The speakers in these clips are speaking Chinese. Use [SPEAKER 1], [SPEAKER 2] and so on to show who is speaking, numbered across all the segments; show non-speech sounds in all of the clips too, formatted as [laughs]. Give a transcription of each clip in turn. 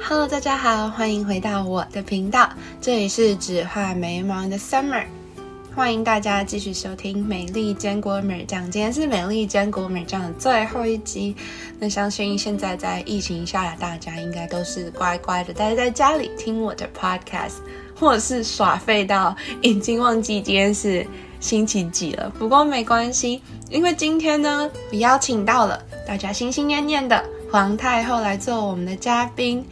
[SPEAKER 1] Hello，大家好，欢迎回到我的频道，这里是只画眉毛的 Summer，欢迎大家继续收听《美丽坚果美酱》，今天是《美丽坚果美酱》的最后一集。那相信现在在疫情下的大家，应该都是乖乖的待在家里听我的 Podcast，或者是耍废到已经忘记今天是星期几了。不过没关系，因为今天呢，我邀请到了大家心心念念的皇太后来做我们的嘉宾。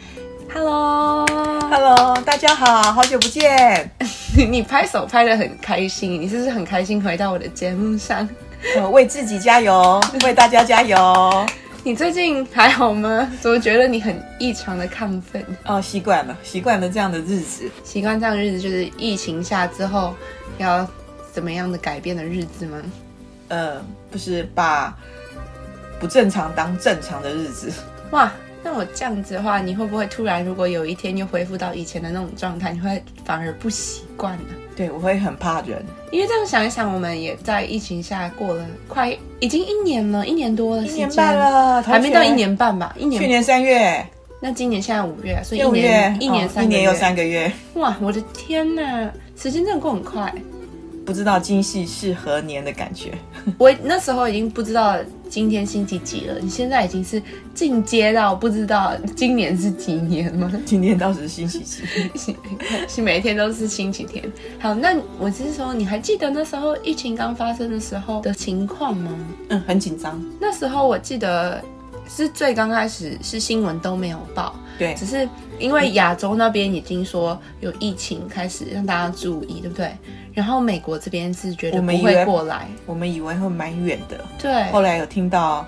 [SPEAKER 1] Hello，
[SPEAKER 2] Hello，大家好，好久不见。
[SPEAKER 1] 你 [laughs] 你拍手拍得很开心，你是不是很开心回到我的节目上？ [laughs]
[SPEAKER 2] 我呃为自己加油，为大家加油。
[SPEAKER 1] 你最近还好吗？怎么觉得你很异常的亢奋？
[SPEAKER 2] 哦，习惯了，习惯了这样的日子。
[SPEAKER 1] 习惯这样的日子，就是疫情下之后要怎么样的改变的日子吗？
[SPEAKER 2] 呃，不是把不正常当正常的日子。
[SPEAKER 1] 哇，那我这样子的话，你会不会突然如果有一天又恢复到以前的那种状态，你会反而不习惯呢？
[SPEAKER 2] 对，我会很怕人。
[SPEAKER 1] 因为这样想一想，我们也在疫情下过了快已经一年了，一年多了，
[SPEAKER 2] 一年半，了，
[SPEAKER 1] 还没
[SPEAKER 2] 同学
[SPEAKER 1] 到一。年半吧，一年
[SPEAKER 2] 去年三月，
[SPEAKER 1] 那今年现在五月，所以一
[SPEAKER 2] 六月
[SPEAKER 1] 年，一年
[SPEAKER 2] 哦
[SPEAKER 1] 三
[SPEAKER 2] 一
[SPEAKER 1] 个
[SPEAKER 2] 年
[SPEAKER 1] 月
[SPEAKER 2] 又三个月，
[SPEAKER 1] 哇，我的天呐，时间真的过很快。
[SPEAKER 2] 不知道今夕是何年的感觉。
[SPEAKER 1] 我那时候已经不知道今天星期几了，你现在已经是进阶到不知道今年是几年
[SPEAKER 2] [laughs]
[SPEAKER 1] 吗？
[SPEAKER 2] 今天到底是星期
[SPEAKER 1] [laughs]
[SPEAKER 2] 几？
[SPEAKER 1] 是每天都是星期天。好，那我是说，你还记得那时候疫情刚发生的时候的情况吗？
[SPEAKER 2] 嗯，很紧张。
[SPEAKER 1] 那时候我记得是最刚开始是新闻都没有报，
[SPEAKER 2] 对
[SPEAKER 1] 只是因为亚洲那边已经说有疫情开始让大家注意，对不对？然后美国这边是觉得
[SPEAKER 2] 我们哦
[SPEAKER 1] 不
[SPEAKER 2] 以为
[SPEAKER 1] 会过来，
[SPEAKER 2] 我们以为会蛮远的，
[SPEAKER 1] 对，
[SPEAKER 2] 后来有听到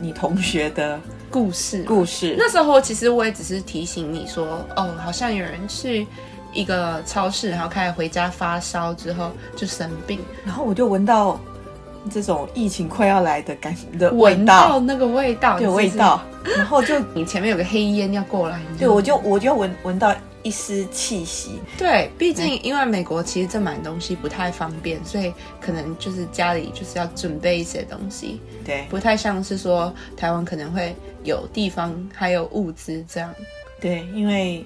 [SPEAKER 2] 你同学的
[SPEAKER 1] 故事。
[SPEAKER 2] 故事。
[SPEAKER 1] 那时候其实我也只是提醒你说，哦，好像有人去一个超市，然后开始回家发烧之后就生病，
[SPEAKER 2] 然后我就闻到这种疫情快要来的感的味
[SPEAKER 1] 闻
[SPEAKER 2] 道，
[SPEAKER 1] 到那个味道，
[SPEAKER 2] 对
[SPEAKER 1] 你是不
[SPEAKER 2] 味
[SPEAKER 1] 是。 [laughs]
[SPEAKER 2] 道，然后就
[SPEAKER 1] 你前面有个黑烟要过来，你知
[SPEAKER 2] 对
[SPEAKER 1] 道吗
[SPEAKER 2] 我就我就闻闻到一丝气息，
[SPEAKER 1] 对，毕竟因为美国其实这买东西不太方便，所以可能就是家里就是要准备一些东西，
[SPEAKER 2] 对
[SPEAKER 1] 不太像是说台湾可能会有地方还有物资这样。
[SPEAKER 2] 对，因为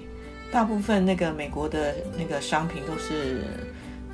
[SPEAKER 2] 大部分那个美国的那个商品都是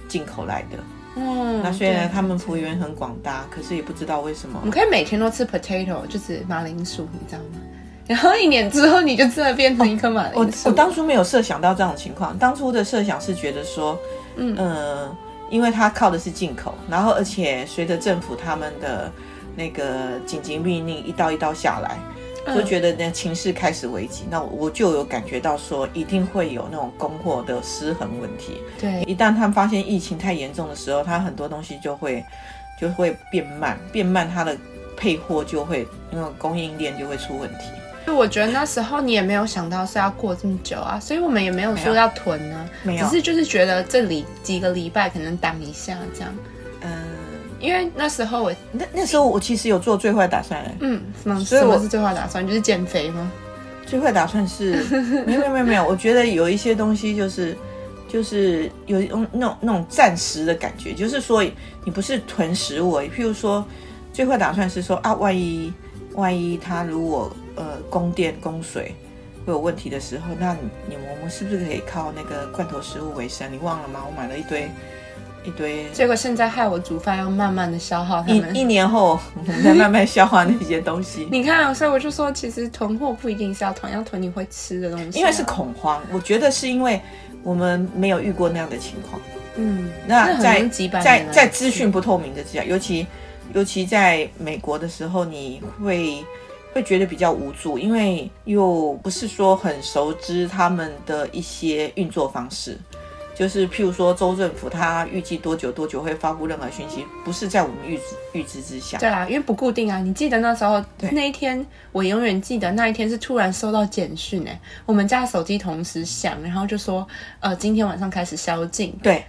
[SPEAKER 2] 进口来的，
[SPEAKER 1] 嗯，
[SPEAKER 2] 那虽然
[SPEAKER 1] 对
[SPEAKER 2] 他们幅员很广大，可是也不知道为什么
[SPEAKER 1] 我们可以每天都吃 potato，就是马铃薯，你知道吗？然后一年之后你就真的变成一颗马
[SPEAKER 2] 我
[SPEAKER 1] 铃薯。
[SPEAKER 2] 哦我当初没有设想到这种情况，当初的设想是觉得说，
[SPEAKER 1] 嗯
[SPEAKER 2] 嗯，呃，因为它靠的是进口，然后而且随着政府他们的那个紧急命令一刀一刀下来，
[SPEAKER 1] 嗯
[SPEAKER 2] 就觉得那情势开始危急，那我我就有感觉到说，一定会有那种供货的失衡问题。
[SPEAKER 1] 对，
[SPEAKER 2] 一旦他们发现疫情太严重的时候，它很多东西就会就会变慢，变慢它的配货就会那个供应链就会出问题。
[SPEAKER 1] 就我觉得那时候你也没有想到是要过这么久啊，所以我们也没有
[SPEAKER 2] 没
[SPEAKER 1] 说
[SPEAKER 2] 有
[SPEAKER 1] 要囤啊，
[SPEAKER 2] 没有
[SPEAKER 1] 只是就是觉得这里几个礼拜可能挡一下这样。
[SPEAKER 2] 嗯、
[SPEAKER 1] 因为那时候我，
[SPEAKER 2] 那那时候我其实有做最坏打算、欸，
[SPEAKER 1] 嗯，什么
[SPEAKER 2] 所以
[SPEAKER 1] 什
[SPEAKER 2] 我
[SPEAKER 1] 么是最坏打算？就是减肥吗？
[SPEAKER 2] 最坏打算是没有没有没有没有，我觉得有一些东西就是就是有一种那种那种暂时的感觉，就是说你不是囤食物而已，譬如说最坏打算是说啊，万一万一它如果呃供电供水会有问题的时候，那你你我们是不是可以靠那个罐头食物为生？你忘了吗？我买了一堆一堆。
[SPEAKER 1] 结果现在害我煮饭要慢慢的消耗它
[SPEAKER 2] 一
[SPEAKER 1] 们。
[SPEAKER 2] 一年后，我们再慢慢消化那些东西。
[SPEAKER 1] 你看，啊所以我就说，其实囤货不一定是要囤，要囤你会吃的东西啊、
[SPEAKER 2] 因为是恐慌，我觉得是因为我们没有遇过那样的情况。
[SPEAKER 1] 嗯，
[SPEAKER 2] 那
[SPEAKER 1] 那很
[SPEAKER 2] 在
[SPEAKER 1] 能几百
[SPEAKER 2] 在
[SPEAKER 1] 年来
[SPEAKER 2] 在
[SPEAKER 1] 一次
[SPEAKER 2] 资讯不透明的之下，尤其尤其在美国的时候，你会会觉得比较无助，因为又不是说很熟知他们的一些运作方式。就是譬如说，州政府它预计多久多久会发布任何讯息，不是在我们预知预知之下。
[SPEAKER 1] 对啊，因为不固定啊。你记得那时候
[SPEAKER 2] 对
[SPEAKER 1] 那一天，我永远记得那一天是突然收到简讯哎、我们家的手机同时响，然后就说呃今天晚上开始宵禁。
[SPEAKER 2] 对，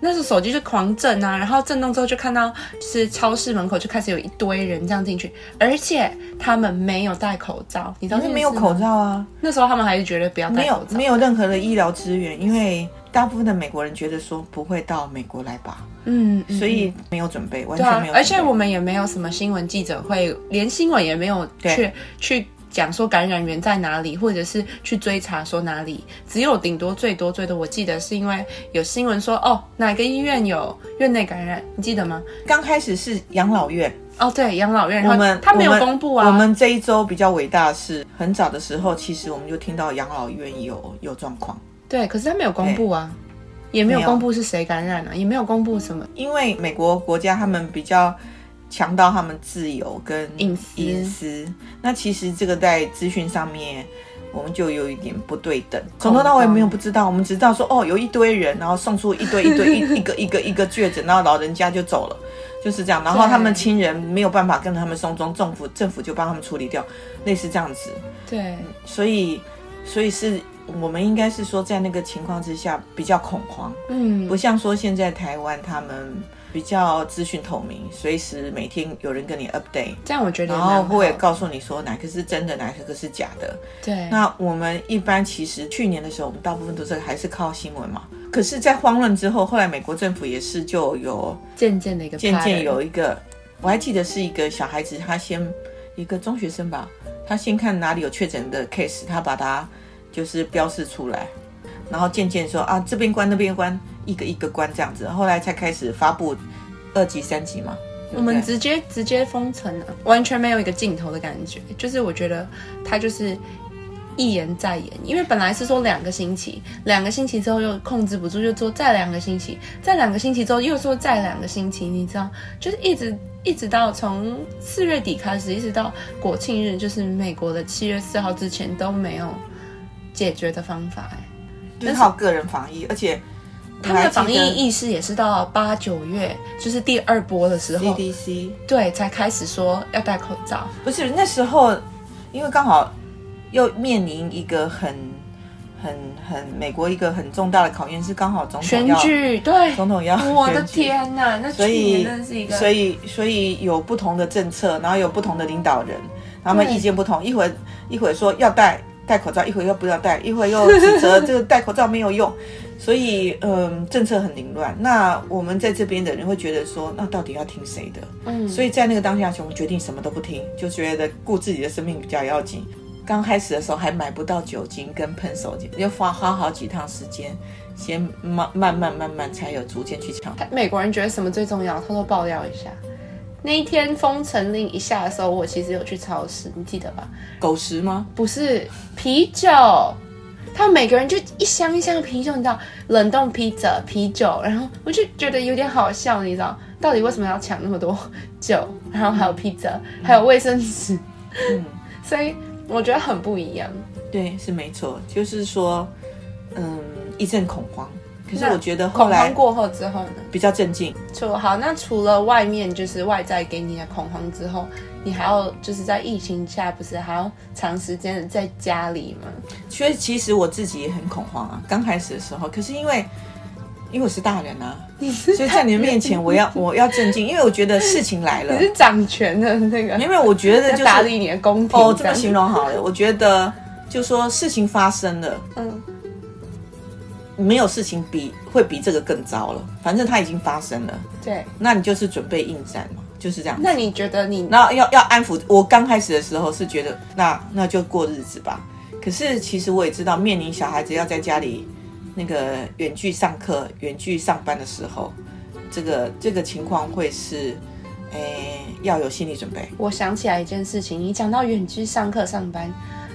[SPEAKER 1] 那时候手机就狂震啊，然后震动之后就看到就是超市门口就开始有一堆人这样进去，而且他们没有戴口罩，你知道
[SPEAKER 2] 因
[SPEAKER 1] 这件
[SPEAKER 2] 为没有
[SPEAKER 1] 事吗
[SPEAKER 2] 口。罩啊。
[SPEAKER 1] 那时候他们还是觉得不要戴
[SPEAKER 2] 没
[SPEAKER 1] 口
[SPEAKER 2] 有
[SPEAKER 1] 罩，
[SPEAKER 2] 没有任何的医疗资源，因为大部分的美国人觉得说不会到美国来吧，
[SPEAKER 1] 嗯，嗯
[SPEAKER 2] 所以没有准备，完
[SPEAKER 1] 对
[SPEAKER 2] 全
[SPEAKER 1] 啊
[SPEAKER 2] 没有准备。
[SPEAKER 1] 而且我们也没有什么新闻记者会，连新闻也没有
[SPEAKER 2] 对
[SPEAKER 1] 去去讲说感染源在哪里，或者是去追查说哪里，只有顶多最多最多，我记得是因为有新闻说哦哪个医院有院内感染，你记得吗？
[SPEAKER 2] 刚开始是养老院，
[SPEAKER 1] 哦对，养老院，
[SPEAKER 2] 我
[SPEAKER 1] 然后
[SPEAKER 2] 们
[SPEAKER 1] 他没有
[SPEAKER 2] 我们
[SPEAKER 1] 公布啊，
[SPEAKER 2] 我们这一周比较伟大的是，很早的时候，其实我们就听到养老院有有状况，
[SPEAKER 1] 对，可是他没有公布啊，也没有
[SPEAKER 2] 没有
[SPEAKER 1] 公布是谁感染啊，也没有公布什么
[SPEAKER 2] 因为美国国家他们比较强调他们自由跟
[SPEAKER 1] 隐私
[SPEAKER 2] 隐私，那其实这个在资讯上面。我们就有一点不对等，从头到尾没有不知道，我们只知道说哦，有一堆人，然后送出一
[SPEAKER 1] [laughs]
[SPEAKER 2] 堆一堆一一个一个一个确诊，然后老人家就走了，就是这样。然后他们
[SPEAKER 1] 对
[SPEAKER 2] 亲人没有办法跟他们送终，政府政府就帮他们处理掉，类似这样子。
[SPEAKER 1] 对。
[SPEAKER 2] 所以，所以是我们应该是说，在那个情况之下比较恐慌，
[SPEAKER 1] 嗯，
[SPEAKER 2] 不像说现在台湾他们比较资讯透明，随时每天有人跟你 update，
[SPEAKER 1] 这样我觉得也
[SPEAKER 2] 然
[SPEAKER 1] 蛮好
[SPEAKER 2] 后会告诉你说哪个是真的，哪个是假的。
[SPEAKER 1] 对，
[SPEAKER 2] 那我们一般其实去年的时候，我们大部分都是还是靠新闻嘛。可是，在慌乱之后，后来美国政府也是就有
[SPEAKER 1] 渐渐的一个
[SPEAKER 2] 渐
[SPEAKER 1] pattern
[SPEAKER 2] 渐有一个，我还记得是一个小孩子，他先一个中学生吧，他先看哪里有确诊的 case，他把它就是标示出来，然后渐渐说啊这边关那边关，一个一个关这样子，后来才开始发布二级三级嘛。对不对
[SPEAKER 1] 我们直接直接封城啊，完全没有一个尽头的感觉。就是我觉得他就是一言再言，因为本来是说两个星期，两个星期之后又控制不住，就说再两个星期，再两个星期之后又说再两个星期，你知道，就是一直一直到从四月底开始，一直到国庆日，就是美国的七月四号之前都没有解决的方法、哎
[SPEAKER 2] 就是靠个人防疫，而且
[SPEAKER 1] 他们的防疫
[SPEAKER 2] 疫
[SPEAKER 1] 意识也是到八九月，就是第二波的时候，
[SPEAKER 2] CDC
[SPEAKER 1] 对，才开始说要戴口罩。
[SPEAKER 2] 不是那时候，因为刚好又面临一个很很很美国一个很重大的考验，是刚好总统
[SPEAKER 1] 选
[SPEAKER 2] 要
[SPEAKER 1] 举，对，
[SPEAKER 2] 总统要
[SPEAKER 1] [laughs] 我的
[SPEAKER 2] 选举
[SPEAKER 1] 天呐，那去
[SPEAKER 2] 所以
[SPEAKER 1] 年真的是一个，
[SPEAKER 2] 所以所以有不同的政策，然后有不同的领导人，然后他们
[SPEAKER 1] 对
[SPEAKER 2] 意见不同，一会儿一会儿说要戴戴口罩，一会儿又不要戴，一会儿又指
[SPEAKER 1] [laughs]
[SPEAKER 2] 责这个戴口罩没有用，所以嗯，政策很凌乱。那我们在这边的人会觉得说，那到底要听谁的？
[SPEAKER 1] 嗯，
[SPEAKER 2] 所以在那个当下，我们决定什么都不听，就觉得顾自己的生命比较要紧。刚开始的时候还买不到酒精跟喷手机，要花花好几趟时间，先慢慢慢慢慢才有逐渐去抢。
[SPEAKER 1] 他美国人觉得什么最重要？偷偷爆料一下，那一天封城令一下的时候，我其实有去超市，你记得吧？
[SPEAKER 2] 狗食吗？
[SPEAKER 1] 不是啤酒，他们每个人就一箱一箱的啤酒，你知道，冷冻披萨、啤酒，然后我就觉得有点好笑，你知道，到底为什么要抢那么多酒，然后还有披萨，还有卫生纸，
[SPEAKER 2] 嗯。
[SPEAKER 1] [laughs] 所以我觉得很不一样。
[SPEAKER 2] 对，是没错，就是说，嗯，一阵恐慌。可是
[SPEAKER 1] 那
[SPEAKER 2] 我觉得后
[SPEAKER 1] 恐慌
[SPEAKER 2] 来
[SPEAKER 1] 过后之后呢？
[SPEAKER 2] 比较镇静，
[SPEAKER 1] 除好，那除了外面就是外在给你的恐慌之后，你还要就是在疫情下，不是还要长时间的在家里吗？
[SPEAKER 2] 所以其实我自己也很恐慌啊。刚开始的时候，可是因为因为我是大人啊，所以在你的面前，我要我要镇静，因为我觉得事情来了
[SPEAKER 1] 你，是掌权的那个，
[SPEAKER 2] 因为我觉得
[SPEAKER 1] 在
[SPEAKER 2] 就是
[SPEAKER 1] 打理你的宫廷
[SPEAKER 2] 哦，这
[SPEAKER 1] 样
[SPEAKER 2] 么形容好
[SPEAKER 1] [laughs]
[SPEAKER 2] 了，我觉得就说事情发生了，
[SPEAKER 1] 嗯。
[SPEAKER 2] 没有事情比会比这个更糟了，反正它已经发生了，
[SPEAKER 1] 对，
[SPEAKER 2] 那你就是准备应战嘛，就是这样。
[SPEAKER 1] 那你觉得你
[SPEAKER 2] 然后要要安抚。我刚开始的时候是觉得，那那就过日子吧。可是其实我也知道，面临小孩子要在家里那个远距上课、远距上班的时候，这个这个情况会是，诶、要有心理准备。
[SPEAKER 1] 我想起来一件事情，你讲到远距上课上班，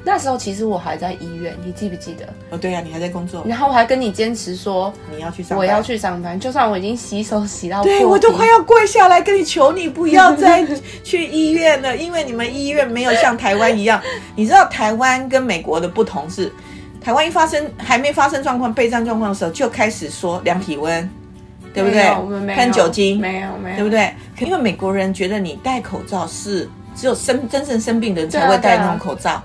[SPEAKER 1] 那时候其实我还在医院，你记不记得？
[SPEAKER 2] 哦，对啊，你还在工作，
[SPEAKER 1] 然后我还跟你坚持说
[SPEAKER 2] 你要去上班，
[SPEAKER 1] 我要。去上班，就算我已经洗手洗到
[SPEAKER 2] 对，
[SPEAKER 1] 破
[SPEAKER 2] 我都
[SPEAKER 1] 皮
[SPEAKER 2] 快要跪下来跟你求你不要
[SPEAKER 1] [laughs]
[SPEAKER 2] 再去医院了，因为你们医院没有像台湾一样。你知道台湾跟美国的不同是，台湾一发生还没发生状况、备战状况的时候，就开始说量体温，对不
[SPEAKER 1] 没
[SPEAKER 2] 对
[SPEAKER 1] 有我们没？有
[SPEAKER 2] 喷酒精，
[SPEAKER 1] 没有没有，
[SPEAKER 2] 对不对？可因为美国人觉得你戴口罩是只有生真正生病的人才
[SPEAKER 1] 对
[SPEAKER 2] 会
[SPEAKER 1] 啊
[SPEAKER 2] 戴
[SPEAKER 1] 对啊
[SPEAKER 2] 那种口罩，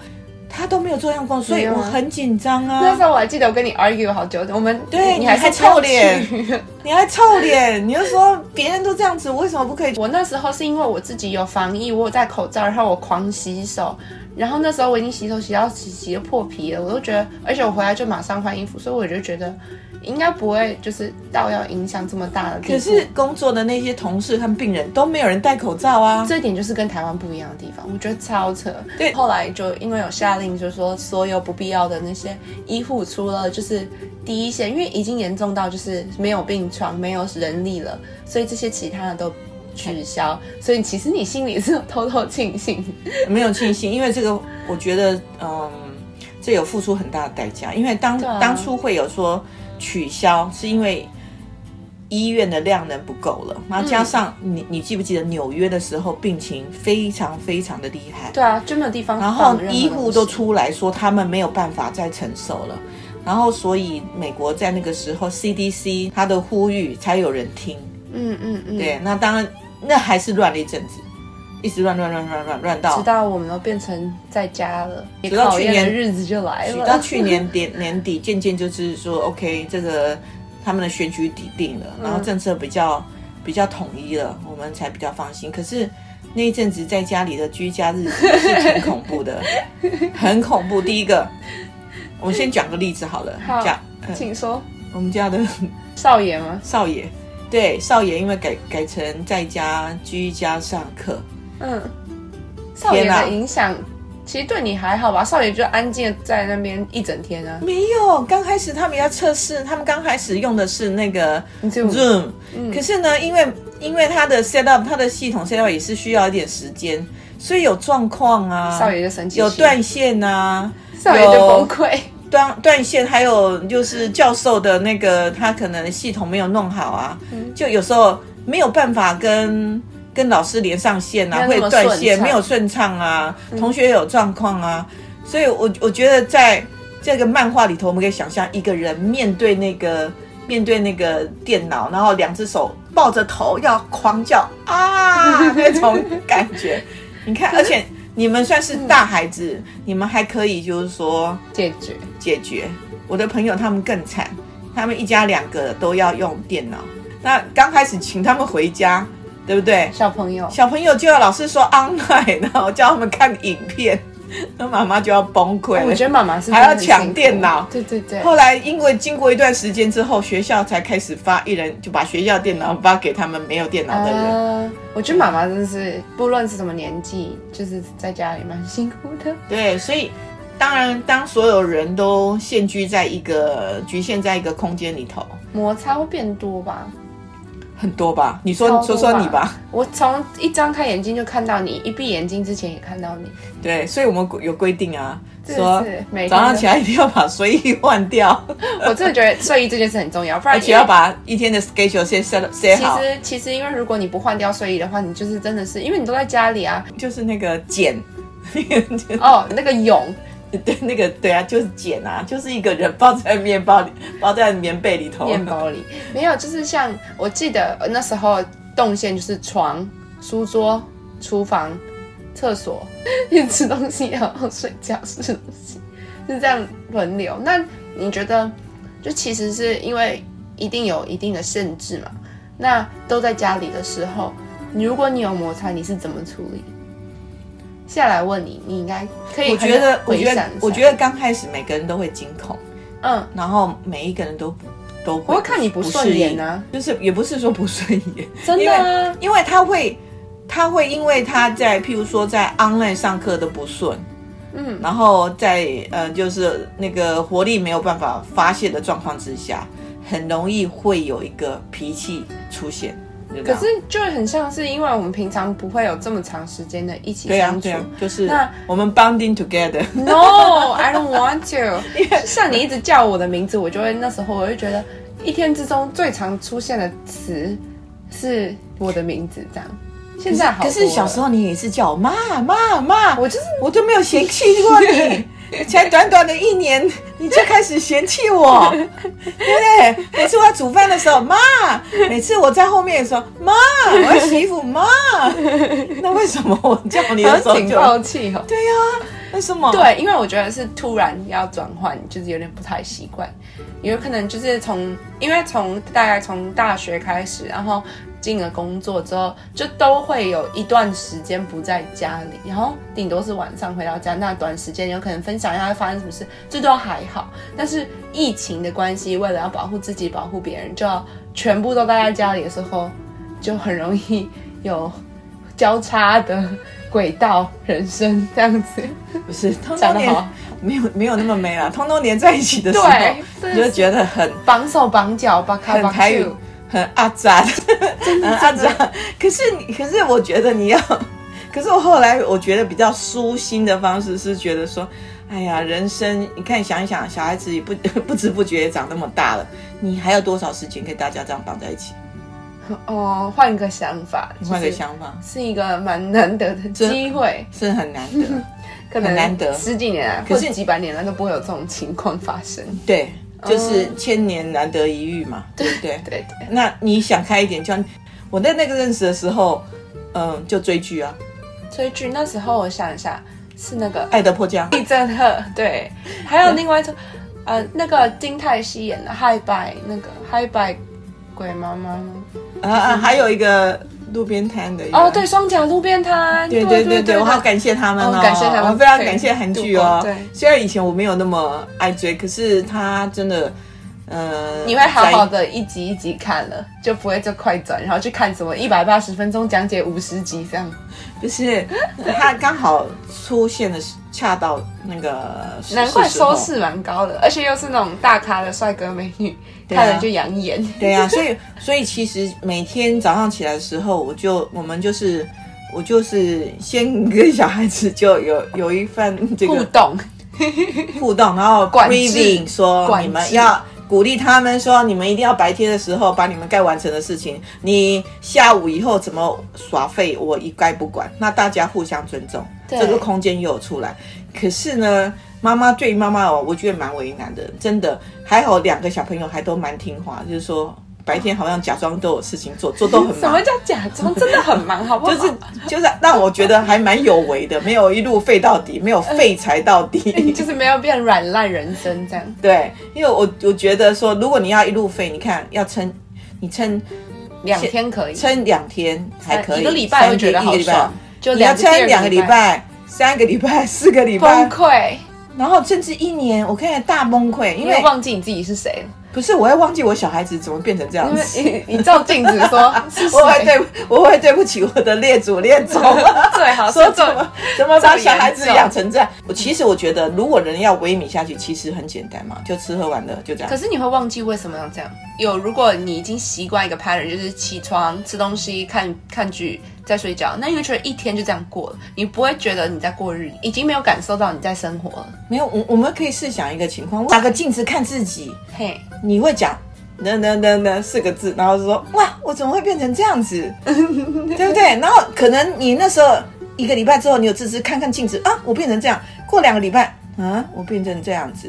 [SPEAKER 2] 他都没有做样况，所以
[SPEAKER 1] 没有啊
[SPEAKER 2] 我很紧张啊。
[SPEAKER 1] 那时候我还记得我跟你 argue 好久，我们
[SPEAKER 2] 对
[SPEAKER 1] 你还
[SPEAKER 2] 你还
[SPEAKER 1] 是不要
[SPEAKER 2] 臭脸
[SPEAKER 1] 去 [laughs]
[SPEAKER 2] 你还臭脸，你就说别人都这样子，为什么不可以？
[SPEAKER 1] 我那时候是因为我自己有防疫，我有戴口罩，然后我狂洗手，然后那时候我已经洗手洗到洗洗的破皮了，我都觉得，而且我回来就马上换衣服，所以我就觉得应该不会就是到要影响这么大的地步。
[SPEAKER 2] 可是工作的那些同事和病人都没有人戴口罩啊。
[SPEAKER 1] 这一点就是跟台湾不一样的地方，我觉得超扯。
[SPEAKER 2] 对
[SPEAKER 1] 后来就因为有下令，就是说所有不必要的那些医护，除了就是第一线，因为已经严重到就是没有病床、没有人力了，所以这些其他的都取消。所以其实你心里是有偷偷庆幸，
[SPEAKER 2] 没有庆幸，因为这个我觉得，嗯，这有付出很大的代价。因为当、
[SPEAKER 1] 对啊
[SPEAKER 2] 当初会有说取消，是因为医院的量能不够了，然后加上
[SPEAKER 1] 嗯
[SPEAKER 2] 你、你记不记得纽约的时候病情非常非常的厉害，
[SPEAKER 1] 对啊，就没有地方
[SPEAKER 2] 然
[SPEAKER 1] 放任何
[SPEAKER 2] 后
[SPEAKER 1] 东西。
[SPEAKER 2] 医护都出来说他们没有办法再承受了，然后所以美国在那个时候 CDC 他的呼吁才有人听。
[SPEAKER 1] 嗯嗯嗯，，
[SPEAKER 2] 对，那当然那还是乱了一阵子，一直乱乱乱乱乱乱到
[SPEAKER 1] 直到我们都变成在家了，也
[SPEAKER 2] 直到
[SPEAKER 1] 考验
[SPEAKER 2] 去
[SPEAKER 1] 的
[SPEAKER 2] 年
[SPEAKER 1] 日子就来了。
[SPEAKER 2] 到去年年 [laughs] 年底，渐渐就是说，OK，这个他们的选举底定了，
[SPEAKER 1] 嗯
[SPEAKER 2] 然后政策比较比较统一了，我们才比较放心。可是那一阵子在家里的居家日子是挺恐
[SPEAKER 1] [laughs]
[SPEAKER 2] 怖的，很恐怖。第一个，我们先讲个例子好了，
[SPEAKER 1] 好
[SPEAKER 2] 讲、
[SPEAKER 1] [laughs]
[SPEAKER 2] 呃
[SPEAKER 1] 请说，
[SPEAKER 2] 我们家的
[SPEAKER 1] 少爷吗？
[SPEAKER 2] 少爷，对少爷，因为改改成在家居家上课，
[SPEAKER 1] 嗯，少爷
[SPEAKER 2] 天啊
[SPEAKER 1] 的影响其实对你还好吧？少爷就安静地在那边一整天啊。
[SPEAKER 2] 没有，刚开始他们要测试，他们刚开始用的是那个
[SPEAKER 1] 你这种
[SPEAKER 2] Zoom，、可是呢，因为因为它的 set up，它的系统 set up 也是需要一点时间，所以有状况啊，
[SPEAKER 1] 少爷就生气，
[SPEAKER 2] 有断线啊，
[SPEAKER 1] 少爷就崩溃。
[SPEAKER 2] 断断线，还有就是教授的那个他可能系统没有弄好啊，
[SPEAKER 1] 嗯
[SPEAKER 2] 就有时候没有办法跟跟老师连上线啊，
[SPEAKER 1] 没
[SPEAKER 2] 会
[SPEAKER 1] 有那么
[SPEAKER 2] 断
[SPEAKER 1] 顺
[SPEAKER 2] 线，
[SPEAKER 1] 畅嗯
[SPEAKER 2] 没有顺畅啊，同学有状况啊，所以我我觉得在这个漫画里头，我们可以想象一个人面对那个面对那个电脑，然后两只手抱着头要狂叫啊 [laughs] 那种感觉，你看，而且。你们算
[SPEAKER 1] 嗯
[SPEAKER 2] 是大孩子，你们还可以，就是说，
[SPEAKER 1] 解决
[SPEAKER 2] 解决。我的朋友他们更惨，他们一家两个都要用电脑。那刚开始请他们回家，对不对？
[SPEAKER 1] 小朋友，
[SPEAKER 2] 小朋友就要老师说 online，然后叫他们看影片，那妈妈就要崩溃
[SPEAKER 1] 我觉得
[SPEAKER 2] 了。
[SPEAKER 1] 妈妈是
[SPEAKER 2] 还要
[SPEAKER 1] 真的很辛苦
[SPEAKER 2] 抢电脑
[SPEAKER 1] 对对对，
[SPEAKER 2] 后来因为经过一段时间之后，学校才开始发，一人就把学校电脑发给他们没有电脑的人。
[SPEAKER 1] 啊，我觉得妈妈真的是不论是什么年纪，就是在家里蛮辛苦的。
[SPEAKER 2] 对，所以当然，当所有人都限居在一个局限在一个空间里头，
[SPEAKER 1] 摩擦会变多吧？
[SPEAKER 2] 很多吧？你说
[SPEAKER 1] 超多
[SPEAKER 2] 说说你吧。
[SPEAKER 1] 我从一张开眼睛就看到你，一闭眼睛之前也看到你，
[SPEAKER 2] 对，所以我们规有规定啊，
[SPEAKER 1] 真
[SPEAKER 2] 说
[SPEAKER 1] 的是每天
[SPEAKER 2] 早上
[SPEAKER 1] 都
[SPEAKER 2] 起来一定要把睡衣换掉，
[SPEAKER 1] [laughs] 我真的觉得睡衣这件事很重要，不然
[SPEAKER 2] 而且要把一天的 schedule 先 set set
[SPEAKER 1] 其
[SPEAKER 2] 好，
[SPEAKER 1] 实其实，因为如果你不换掉睡衣的话，你就是真的是，因为你都在家里啊。
[SPEAKER 2] 就是那个剪， [laughs]
[SPEAKER 1] 哦，那个蛹，
[SPEAKER 2] 对，那个对啊，就是剪啊，就是一个人包在面包里，包在棉被里头，
[SPEAKER 1] [laughs] 面包里没有，就是像我记得呃那时候动线就是床、书桌、厨房、厕所， [laughs] 边吃东西然后睡觉吃东西，是这样轮流。那你觉得，就其实是因为一定有一定的限制嘛？那都在家里的时候，你如果你有摩擦，你是怎么处理？下来问你，你应该可以
[SPEAKER 2] 我觉得，我
[SPEAKER 1] 回
[SPEAKER 2] 觉
[SPEAKER 1] 想一下，
[SPEAKER 2] 得我觉得刚开始每个人都会惊恐，
[SPEAKER 1] 嗯，
[SPEAKER 2] 然后每一个人都不都会
[SPEAKER 1] 我会看你不顺眼啊，
[SPEAKER 2] 不适应就是也不是说不顺眼，
[SPEAKER 1] 真的啊，
[SPEAKER 2] 因为他会，他会因为他在譬如说在 online 上课的不顺，
[SPEAKER 1] 嗯，
[SPEAKER 2] 然后在呃就是那个活力没有办法发泄的状况之下，很容易会有一个脾气出现。你知道
[SPEAKER 1] 可
[SPEAKER 2] 吗
[SPEAKER 1] 是就很像是因为我们平常不会有这么长时间的一起
[SPEAKER 2] 对啊
[SPEAKER 1] 相处。
[SPEAKER 2] 对啊，就是
[SPEAKER 1] 那
[SPEAKER 2] 我们 bonding together，
[SPEAKER 1] No, I don't want
[SPEAKER 2] [laughs]
[SPEAKER 1] to。像你一直叫我的名字，我就会那时候我就觉得，一天之中最常出现的词是我的名字这样。现在好
[SPEAKER 2] 可是小时
[SPEAKER 1] 候
[SPEAKER 2] 候你也是叫我妈妈妈，
[SPEAKER 1] 我就是
[SPEAKER 2] 我都没有嫌弃过
[SPEAKER 1] [laughs]
[SPEAKER 2] 你。才短短的一年，你就开始嫌弃我，对不对？每次我要煮饭的时候，妈；每次我在后面的时候，妈；我要洗衣服，妈。那为什么我叫你
[SPEAKER 1] 好
[SPEAKER 2] 的时
[SPEAKER 1] 像
[SPEAKER 2] 候
[SPEAKER 1] 警
[SPEAKER 2] 就
[SPEAKER 1] 报器哦。
[SPEAKER 2] 对呀、为什么？，
[SPEAKER 1] 对，因为我觉得是突然要转换，就是有点不太习惯，有可能就是从因为从大概从大学开始，然后进了工作之后，就都会有一段时间不在家里，然后顶多是晚上回到家，那短时间有可能分享一下发生什么事，这都还好。但是疫情的关系，为了要保护自己、保护别人，就要全部都待在家里的时候，就很容易有交叉的轨道人生这样子。
[SPEAKER 2] 不是通
[SPEAKER 1] 讲
[SPEAKER 2] 通
[SPEAKER 1] 得
[SPEAKER 2] 连
[SPEAKER 1] 好
[SPEAKER 2] 没有没有那么美啦，通通连在一起的时候
[SPEAKER 1] 对，
[SPEAKER 2] 你就觉得很
[SPEAKER 1] 绑手绑脚，把卡
[SPEAKER 2] 很
[SPEAKER 1] 绑
[SPEAKER 2] 台语
[SPEAKER 1] 住。，
[SPEAKER 2] 很阿杂，很阿杂。可是你，可是我觉得你要， [laughs] 可是我后来我觉得比较舒心的方式是觉得说，哎呀，人生你看想一想，小孩子也不 [laughs] 不知不觉也长那么大了，你还有多少时间跟大家这样绑在一起？
[SPEAKER 1] 哦，换个想法，
[SPEAKER 2] 换个
[SPEAKER 1] 就是
[SPEAKER 2] 想法
[SPEAKER 1] 是一个蛮难得的机会，
[SPEAKER 2] 是很难得，
[SPEAKER 1] 可能
[SPEAKER 2] 很难得
[SPEAKER 1] 十几年来，
[SPEAKER 2] 可
[SPEAKER 1] 或
[SPEAKER 2] 是
[SPEAKER 1] 者几百年来都不会有这种情况发
[SPEAKER 2] [laughs]
[SPEAKER 1] 生。
[SPEAKER 2] 对，就是千年难得一遇嘛，对不对？
[SPEAKER 1] 对对，
[SPEAKER 2] 那你想开一点，就像我在那个认识的时候，嗯，就追剧啊，
[SPEAKER 1] 追剧那时候我想一下，是那个 [laughs]
[SPEAKER 2] 《爱的迫降》。
[SPEAKER 1] 地震赫，对，还有另外一种，呃，那个金泰熙演的《嗨拜》，那个《嗨拜》鬼妈妈吗？
[SPEAKER 2] 啊啊，还有一个路边摊的一个
[SPEAKER 1] 哦，对，双甲路边摊，
[SPEAKER 2] 对
[SPEAKER 1] 对
[SPEAKER 2] 对对对，我好感谢他们哦，
[SPEAKER 1] 哦感谢他们
[SPEAKER 2] 我非常感谢韩剧哦。
[SPEAKER 1] 可以度过对
[SPEAKER 2] 虽然以前我没有那么爱追，可是他真的，呃，
[SPEAKER 1] 你会好好
[SPEAKER 2] 在
[SPEAKER 1] 的一集一集看了，就不会就快转，然后去看什么一百八十分钟讲解五十集这样。
[SPEAKER 2] 就是他刚好出现的是恰到那个时
[SPEAKER 1] 难怪
[SPEAKER 2] 是时候
[SPEAKER 1] 收视蛮高的，而且又是那种大咖的帅哥美女，
[SPEAKER 2] 对啊
[SPEAKER 1] 看了就养眼。
[SPEAKER 2] 对啊呀、所以所以其实每天早上起来的时候，我就我们就是我就是先跟小孩子就有有一番这个
[SPEAKER 1] 互动，
[SPEAKER 2] 啊互动，然后
[SPEAKER 1] 管制
[SPEAKER 2] briefing 说
[SPEAKER 1] 管制
[SPEAKER 2] 你们要鼓励他们说，你们一定要白天的时候把你们该完成的事情，你下午以后怎么耍废，我一概不管。那大家互相尊重，
[SPEAKER 1] 对
[SPEAKER 2] 这个空间又有出来。可是呢，妈妈对妈妈哦，我觉得蛮为难的，真的。还好两个小朋友还都蛮听话，就是说白天好像假装都有事情做，做都很
[SPEAKER 1] 什
[SPEAKER 2] 忙
[SPEAKER 1] 么。叫假装？真的很忙，好不好？
[SPEAKER 2] [laughs] 就是就是让我觉得还蛮有为的，没有一路废到底，没有废
[SPEAKER 1] 呃
[SPEAKER 2] 柴到底。
[SPEAKER 1] 就是没有变软烂人生这样，
[SPEAKER 2] 对，因为我我觉得说，如果你要一路飞，你看要撑，你撑
[SPEAKER 1] 两天可以，
[SPEAKER 2] 撑两天还可以，
[SPEAKER 1] 一个礼拜会觉得
[SPEAKER 2] 三天
[SPEAKER 1] 好
[SPEAKER 2] 一个礼拜
[SPEAKER 1] 爽，就
[SPEAKER 2] 你要
[SPEAKER 1] 两
[SPEAKER 2] 撑两个礼拜、三个礼拜、四个礼
[SPEAKER 1] 崩
[SPEAKER 2] 拜，
[SPEAKER 1] 溃，
[SPEAKER 2] 然后甚至一年，我看大崩溃，因
[SPEAKER 1] 因
[SPEAKER 2] 为
[SPEAKER 1] 为忘记你自己是谁了，
[SPEAKER 2] 不是我会忘记我小孩子怎么变成这样
[SPEAKER 1] 因
[SPEAKER 2] 子，
[SPEAKER 1] 为你你照镜子说是
[SPEAKER 2] [laughs] 我会
[SPEAKER 1] 谁，
[SPEAKER 2] 对我会对不起我的列祖
[SPEAKER 1] [laughs]
[SPEAKER 2] 列宗。
[SPEAKER 1] 最好是
[SPEAKER 2] 说怎
[SPEAKER 1] 这
[SPEAKER 2] 么怎么把
[SPEAKER 1] 这么
[SPEAKER 2] 小孩子
[SPEAKER 1] 严重
[SPEAKER 2] 养成这样？我其实我觉得，如果人要萎靡下去，其实很简单嘛，就吃喝玩乐，就这样
[SPEAKER 1] 可。是你会忘记为什么要这样？有，如果你已经习惯一个 pattern，就是起床、吃东西、看看剧、再睡觉，那你会觉得一天就这样过了，你不会觉得你在过日，已经没有感受到你在生活了。
[SPEAKER 2] 没有，我我们可以试想一个情况，打个镜子看自己，
[SPEAKER 1] 嘿，
[SPEAKER 2] 你会讲“呢呢呢呢”四个字，然后就说“哇，我怎么会变成这
[SPEAKER 1] [laughs]
[SPEAKER 2] 样子”，对不对？然后可能你那时候一个礼拜之后，你有自知看看镜子啊，我变成这样；过两个礼拜啊，我变成这样子；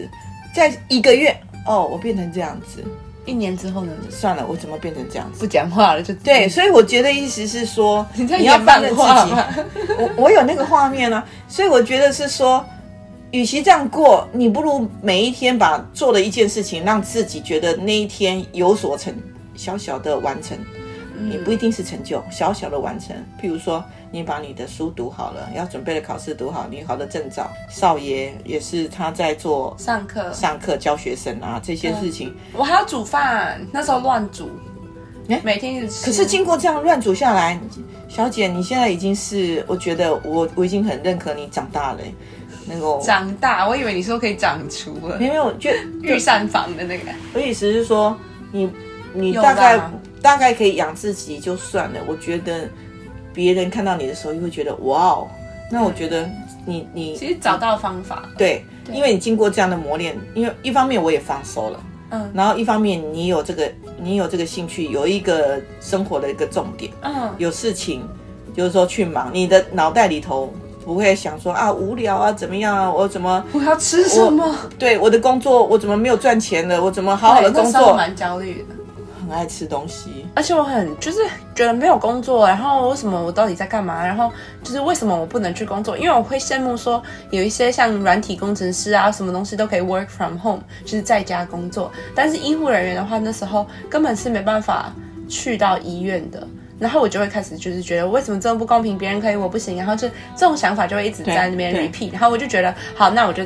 [SPEAKER 2] 再一个月，哦，我变成这样子。
[SPEAKER 1] 一年之后呢，
[SPEAKER 2] 算了，我怎么变成这样子？
[SPEAKER 1] 不讲话了就
[SPEAKER 2] 对，，所以我觉得意思是说，
[SPEAKER 1] [laughs] 你在
[SPEAKER 2] 要
[SPEAKER 1] 演
[SPEAKER 2] 放
[SPEAKER 1] 漫
[SPEAKER 2] 任自
[SPEAKER 1] 画
[SPEAKER 2] 己。
[SPEAKER 1] 吗？
[SPEAKER 2] 我我有那个画面啊，所以我觉得是说，与其这样过，你不如每一天把做的一件事情，让自己觉得那一天有所成，小小的完成，也不一定是成就，小小的完成。譬如说，你把你的书读好了，要准备的考试读好，你好的证照，少爷也是他在做
[SPEAKER 1] 上课，
[SPEAKER 2] 上课教学生啊这些事情。
[SPEAKER 1] 我还要煮饭，那时候乱煮
[SPEAKER 2] 哎，
[SPEAKER 1] 每天一直吃。
[SPEAKER 2] 可是经过这样乱煮下来，小姐，你现在已经是，我觉得我我已经很认可你长大了、欸那个我
[SPEAKER 1] 长大，我以为你说可以长出了
[SPEAKER 2] 没有没有，就
[SPEAKER 1] 御膳房的那个，
[SPEAKER 2] 我意思是说，你你
[SPEAKER 1] 有
[SPEAKER 2] 大概
[SPEAKER 1] 啦
[SPEAKER 2] 大概可以养自己就算了。我觉得别人看到你的时候，又会觉得哇哦。那我觉得你
[SPEAKER 1] 嗯其
[SPEAKER 2] 你
[SPEAKER 1] 实找到方法，
[SPEAKER 2] 对，因为你经过这样的磨练，因为一方面我也放手了，
[SPEAKER 1] 嗯
[SPEAKER 2] 然后一方面你有这个你有这个兴趣，有一个生活的一个重点，
[SPEAKER 1] 嗯，
[SPEAKER 2] 有事情就是说去忙，你的脑袋里头不会想说啊无聊啊怎么样啊，我怎么
[SPEAKER 1] 我要吃什么？
[SPEAKER 2] 对我的工作我怎么没有赚钱了，我怎么好好
[SPEAKER 1] 对
[SPEAKER 2] 的
[SPEAKER 1] 那
[SPEAKER 2] 工
[SPEAKER 1] 时候
[SPEAKER 2] 作，
[SPEAKER 1] 蛮焦虑的。
[SPEAKER 2] 很爱吃东西，
[SPEAKER 1] 而且我很就是觉得没有工作，然后为什么我到底在干嘛？然后就是为什么我不能去工作？因为我会羡慕说有一些像软体工程师啊，什么东西都可以 work from home，就是在家工作。但是医护人员的话，那时候根本是没办法去到医院的。然后我就会开始就是觉得为什么这么不公平，别人可以我不行，然后这这种想法就会一直在那边
[SPEAKER 2] 对
[SPEAKER 1] repeat，然后我就觉得好，那我就。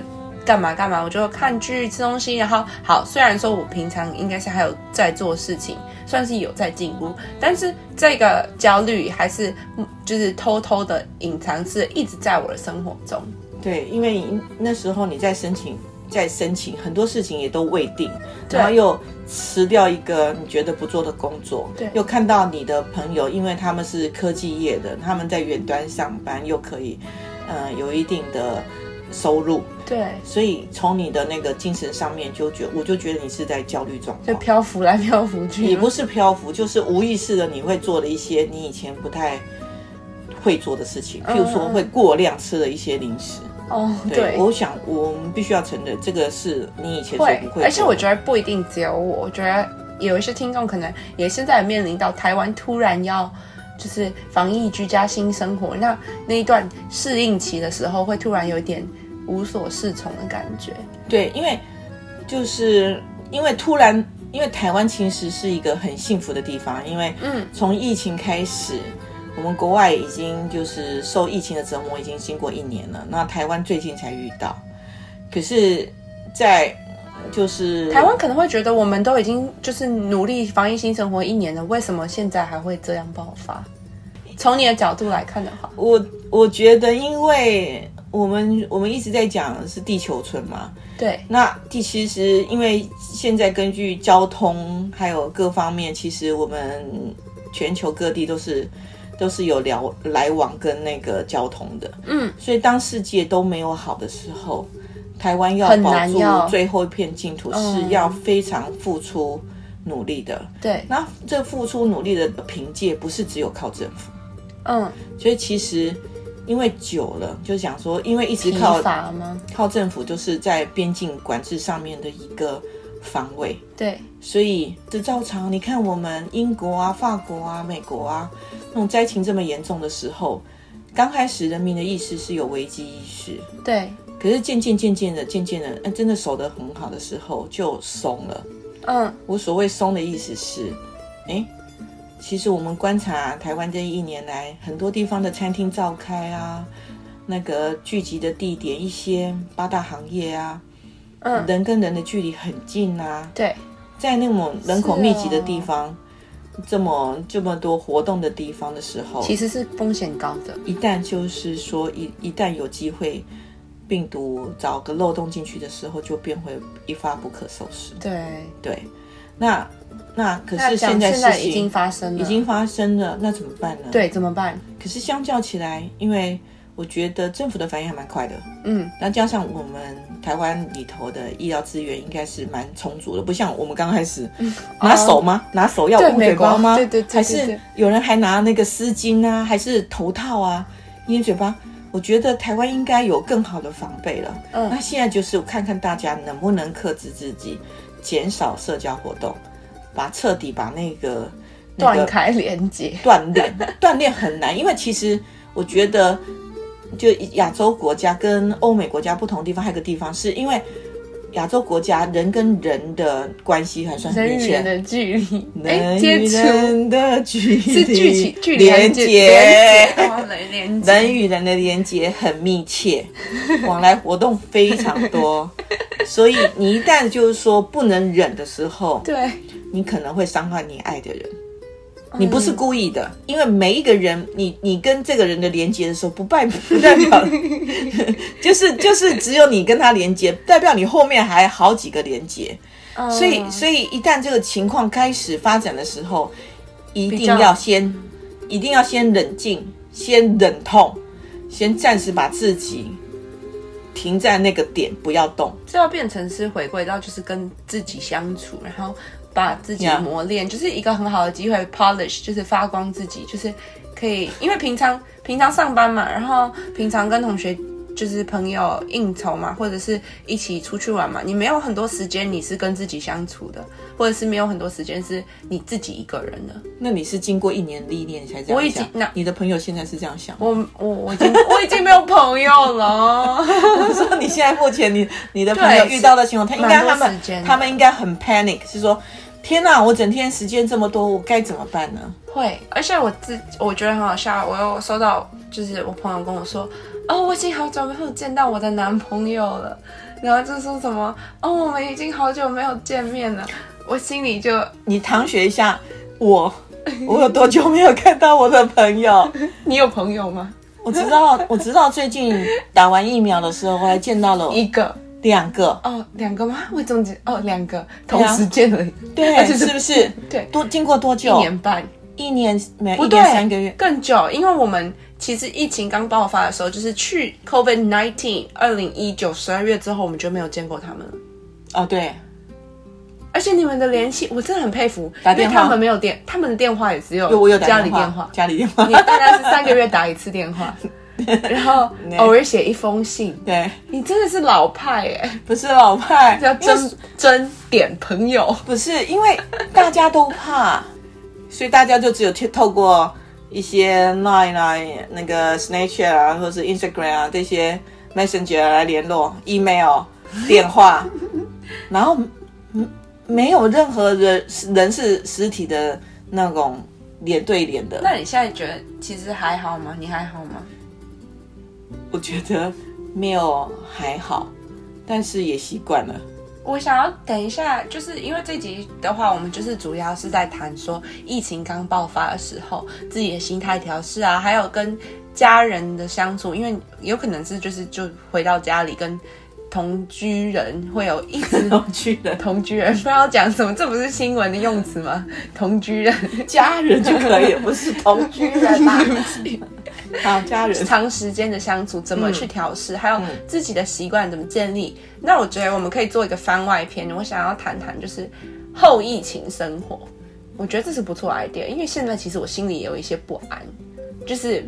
[SPEAKER 1] 干嘛干嘛，我就看剧吃东西，然后好。虽然说我平常应该是还有在做事情，算是有在进步，但是这个焦虑还是嗯就是偷偷的隐藏式，一直在我的生活中。
[SPEAKER 2] 对，因为你那时候你在申请，在申请很多事情也都未定，
[SPEAKER 1] 对
[SPEAKER 2] 然后又辞掉一个你觉得不做的工作，
[SPEAKER 1] 对
[SPEAKER 2] 又看到你的朋友，因为他们是科技业的，他们在远端上班又可以，呃，有一定的收入，
[SPEAKER 1] 对，
[SPEAKER 2] 所以从你的那个精神上面就觉，我就觉得你是在焦虑状
[SPEAKER 1] 就
[SPEAKER 2] 况。
[SPEAKER 1] 漂浮来漂浮去。
[SPEAKER 2] 也不是漂浮，就是无意识的你会做的一些你以前不太会做的事情，譬如说
[SPEAKER 1] 嗯嗯
[SPEAKER 2] 会过量吃了一些零食。
[SPEAKER 1] 哦，
[SPEAKER 2] 对，我想我们必须要承认，这个是你以前所
[SPEAKER 1] 会
[SPEAKER 2] 不会，做的，
[SPEAKER 1] 而且我觉得不一定只有我，我觉得有一些听众可能也现在面临到台湾突然要就是防疫居家新生活，那那一段适应期的时候，会突然有一点无所适从的感觉。
[SPEAKER 2] 对，因为就是因为突然，因为台湾其实是一个很幸福的地方，因为
[SPEAKER 1] 嗯，
[SPEAKER 2] 从疫情开始，我们国外已经就是受疫情的折磨，已经经过一年了，那台湾最近才遇到，可是，在就是
[SPEAKER 1] 台湾可能会觉得我们都已经就是努力防疫新生活一年了，为什么现在还会这样爆发？从你的角度来看的话，
[SPEAKER 2] 我我觉得，因为我们我们一直在讲的是地球村嘛，
[SPEAKER 1] 对
[SPEAKER 2] 那第其实因为现在根据交通还有各方面，其实我们全球各地都是都是有聊来往跟那个交通的，
[SPEAKER 1] 嗯，
[SPEAKER 2] 所以当世界都没有好的时候，台湾要
[SPEAKER 1] 很
[SPEAKER 2] 保
[SPEAKER 1] 难要
[SPEAKER 2] 住最后一片净土是
[SPEAKER 1] 嗯
[SPEAKER 2] 要非常付出努力的。
[SPEAKER 1] 对，
[SPEAKER 2] 那这付出努力的凭借不是只有靠政府，
[SPEAKER 1] 嗯，
[SPEAKER 2] 所以其实因为久了，就想说，因为一直
[SPEAKER 1] 疲
[SPEAKER 2] 靠
[SPEAKER 1] 乏吗？
[SPEAKER 2] 靠政府就是在边境管制上面的一个防卫，
[SPEAKER 1] 对，
[SPEAKER 2] 所以这照常。你看我们英国啊、法国啊、美国啊，那种灾情这么严重的时候，刚开始人民的意识是有危机意识，
[SPEAKER 1] 对，
[SPEAKER 2] 可是渐渐渐渐的、渐渐的，嗯，真的守得很好的时候就松了。
[SPEAKER 1] 嗯，
[SPEAKER 2] 我所谓松的意思是，哎，其实我们观察台湾这一年来，很多地方的餐厅召开啊，那个聚集的地点，一些八大行业啊，
[SPEAKER 1] 嗯
[SPEAKER 2] 人跟人的距离很近啊，
[SPEAKER 1] 对，
[SPEAKER 2] 在那种人
[SPEAKER 1] 啊
[SPEAKER 2] 口密集的地方，这么这么多活动的地方的时候，
[SPEAKER 1] 其实是风险高的。
[SPEAKER 2] 一旦就是说一一旦有机会。病毒找个漏洞进去的时候，就变会一发不可收拾。
[SPEAKER 1] 对，
[SPEAKER 2] 对，那那可
[SPEAKER 1] 那
[SPEAKER 2] 是
[SPEAKER 1] 讲
[SPEAKER 2] 现在
[SPEAKER 1] 现在
[SPEAKER 2] 事
[SPEAKER 1] 已
[SPEAKER 2] 情
[SPEAKER 1] 经发生了，
[SPEAKER 2] 已经发生了，那怎么办呢？，
[SPEAKER 1] 对，怎么办？
[SPEAKER 2] 可是相较起来，因为我觉得政府的反应还蛮快的，
[SPEAKER 1] 嗯，
[SPEAKER 2] 然后加上我们台湾里头的医疗资源应该是蛮充足的，不像我们刚开始、拿手吗？拿手要
[SPEAKER 1] 对
[SPEAKER 2] 捂嘴巴
[SPEAKER 1] 美嗯哦国
[SPEAKER 2] 吗？
[SPEAKER 1] 对对对对
[SPEAKER 2] 还
[SPEAKER 1] 对
[SPEAKER 2] 是有人还拿那个丝巾啊，还是头套啊捏嘴巴？我觉得台湾应该有更好的防备了。
[SPEAKER 1] 嗯
[SPEAKER 2] 那现在就是看看大家能不能克制自己，减少社交活动，把彻底把那个那
[SPEAKER 1] 断
[SPEAKER 2] 个
[SPEAKER 1] 开连
[SPEAKER 2] [laughs]
[SPEAKER 1] 接，
[SPEAKER 2] 锻炼，锻炼很难，因为其实我觉得，就亚洲国家跟欧美国家不同的地方，还有一个地方是因为亚洲国家人跟人的关系还算很
[SPEAKER 1] 人
[SPEAKER 2] 密
[SPEAKER 1] 与人
[SPEAKER 2] 切，
[SPEAKER 1] 的距离，
[SPEAKER 2] [laughs]
[SPEAKER 1] 哎，
[SPEAKER 2] 人
[SPEAKER 1] 接
[SPEAKER 2] 与
[SPEAKER 1] 触
[SPEAKER 2] 人的距离
[SPEAKER 1] 是距离距离还是
[SPEAKER 2] 连
[SPEAKER 1] 接
[SPEAKER 2] [laughs] 接，
[SPEAKER 1] 连接哦连连接
[SPEAKER 2] 人与人的连接很密 [laughs] 切，往来活动非常多，所以你一旦就是说不能忍的时候，
[SPEAKER 1] 对，
[SPEAKER 2] 你可能会伤害你爱的人。你不
[SPEAKER 1] 嗯
[SPEAKER 2] 是故意的，因为每一个人，你你跟这个人的连接的时候，不代 [laughs] 不代表，就是就是只有你跟他连接，代表你后面还好几个连接。
[SPEAKER 1] 嗯
[SPEAKER 2] 所以所以一旦这个情况开始发展的时候，一
[SPEAKER 1] 比
[SPEAKER 2] 定
[SPEAKER 1] 较
[SPEAKER 2] 要先一定要先冷静，先忍痛，先暂时把自己停在那个点，不要动。
[SPEAKER 1] 这要变成是回归到就是跟自己相处，然后把自己
[SPEAKER 2] Yeah
[SPEAKER 1] 磨练就是一个很好的机会，polish 就是发光自己，就是可以，因为平常平常上班嘛，然后平常跟同学。就是朋友应酬嘛，或者是一起出去玩嘛，你没有很多时间你是跟自己相处的，或者是没有很多时间是你自己一个人的。
[SPEAKER 2] 那你是经过一年历练你才这
[SPEAKER 1] 我已
[SPEAKER 2] 样
[SPEAKER 1] 经
[SPEAKER 2] 想？
[SPEAKER 1] 那
[SPEAKER 2] 你的朋友现在是这样想吗？
[SPEAKER 1] 我我我已经 [laughs] 我已经没有朋友了，
[SPEAKER 2] 我说你现在目前你你的朋友遇到的情况，他应该他
[SPEAKER 1] 蛮多时
[SPEAKER 2] 们
[SPEAKER 1] 间的
[SPEAKER 2] 他们应该很 panic，是说天哪，我整天时间这么多，我该怎么办呢？
[SPEAKER 1] 会，而且我自我觉得很好笑，我有收到，就是我朋友跟我说，哦，我已经好久没有见到我的男朋友了，然后就说什么，哦，我们已经好久没有见面了，我心里
[SPEAKER 2] [laughs]
[SPEAKER 1] 就
[SPEAKER 2] 你唐学一下
[SPEAKER 1] [laughs]
[SPEAKER 2] 我，我有多久没有看到我的朋友？
[SPEAKER 1] 你有朋友吗？
[SPEAKER 2] 我直到我直到最近打完疫苗的时候，我还见到了
[SPEAKER 1] 一个
[SPEAKER 2] 两个，
[SPEAKER 1] 哦，两个吗？我总结哦，两个同时见了，
[SPEAKER 2] 对
[SPEAKER 1] 而，且
[SPEAKER 2] 是不是？
[SPEAKER 1] 对，
[SPEAKER 2] 多经过多久？
[SPEAKER 1] 一年半，
[SPEAKER 2] 一年没有
[SPEAKER 1] 不
[SPEAKER 2] 一
[SPEAKER 1] 对
[SPEAKER 2] 年三个月，
[SPEAKER 1] 更久，因为我们其实疫情刚爆发的时候，就是去 COVID nineteen 二零一九十二月之后，我们就没有见过他们了。
[SPEAKER 2] 哦，对，
[SPEAKER 1] 而且你们的联系，我真的很佩服，
[SPEAKER 2] 打电话
[SPEAKER 1] 因为他们没有电，他们的电话也只有
[SPEAKER 2] 有我有打
[SPEAKER 1] 家里
[SPEAKER 2] 电话
[SPEAKER 1] 电 [laughs] 话，
[SPEAKER 2] 家里电话
[SPEAKER 1] 你，大概是三个月打一次电 [laughs] 话，然 [laughs] 后偶尔写一封信。
[SPEAKER 2] 对，
[SPEAKER 1] 你真的是老派耶，
[SPEAKER 2] 不是老派，
[SPEAKER 1] 叫
[SPEAKER 2] 因为
[SPEAKER 1] 真真点朋友，
[SPEAKER 2] 不是因为大家都怕，所以大家就只有去透过一些 Line 啊、那个 Snapchat 啊，或者是 Instagram 啊这些 Messenger 来联络、email、电 [laughs] 话，然后嗯没有任何人人是实体的那种脸对脸的。
[SPEAKER 1] 那你现在觉得其实还好吗？你还好吗？
[SPEAKER 2] 我觉得没有还好，但是也习惯了。 [laughs]
[SPEAKER 1] 我想要等一下，就是因为这集的话，我们就是主要是在谈说疫情刚爆发的时候，自己的心态调试啊，还有跟家人的相处，因为有可能是就是就回到家里跟同居人会有一直
[SPEAKER 2] 然后去了
[SPEAKER 1] 同居人，不 [laughs] 知道讲什么，这不是新闻的用词吗？同居人，
[SPEAKER 2] 家人就可以，不是同居人啊 [laughs] 嘛、好，家人。
[SPEAKER 1] 长时间的相处怎么去调试，还有自己的习惯怎么建立。那我觉得我们可以做一个番外篇，我想要谈谈就是后疫情生活。我觉得这是不错的 idea，因为现在其实我心里也有一些不安，就是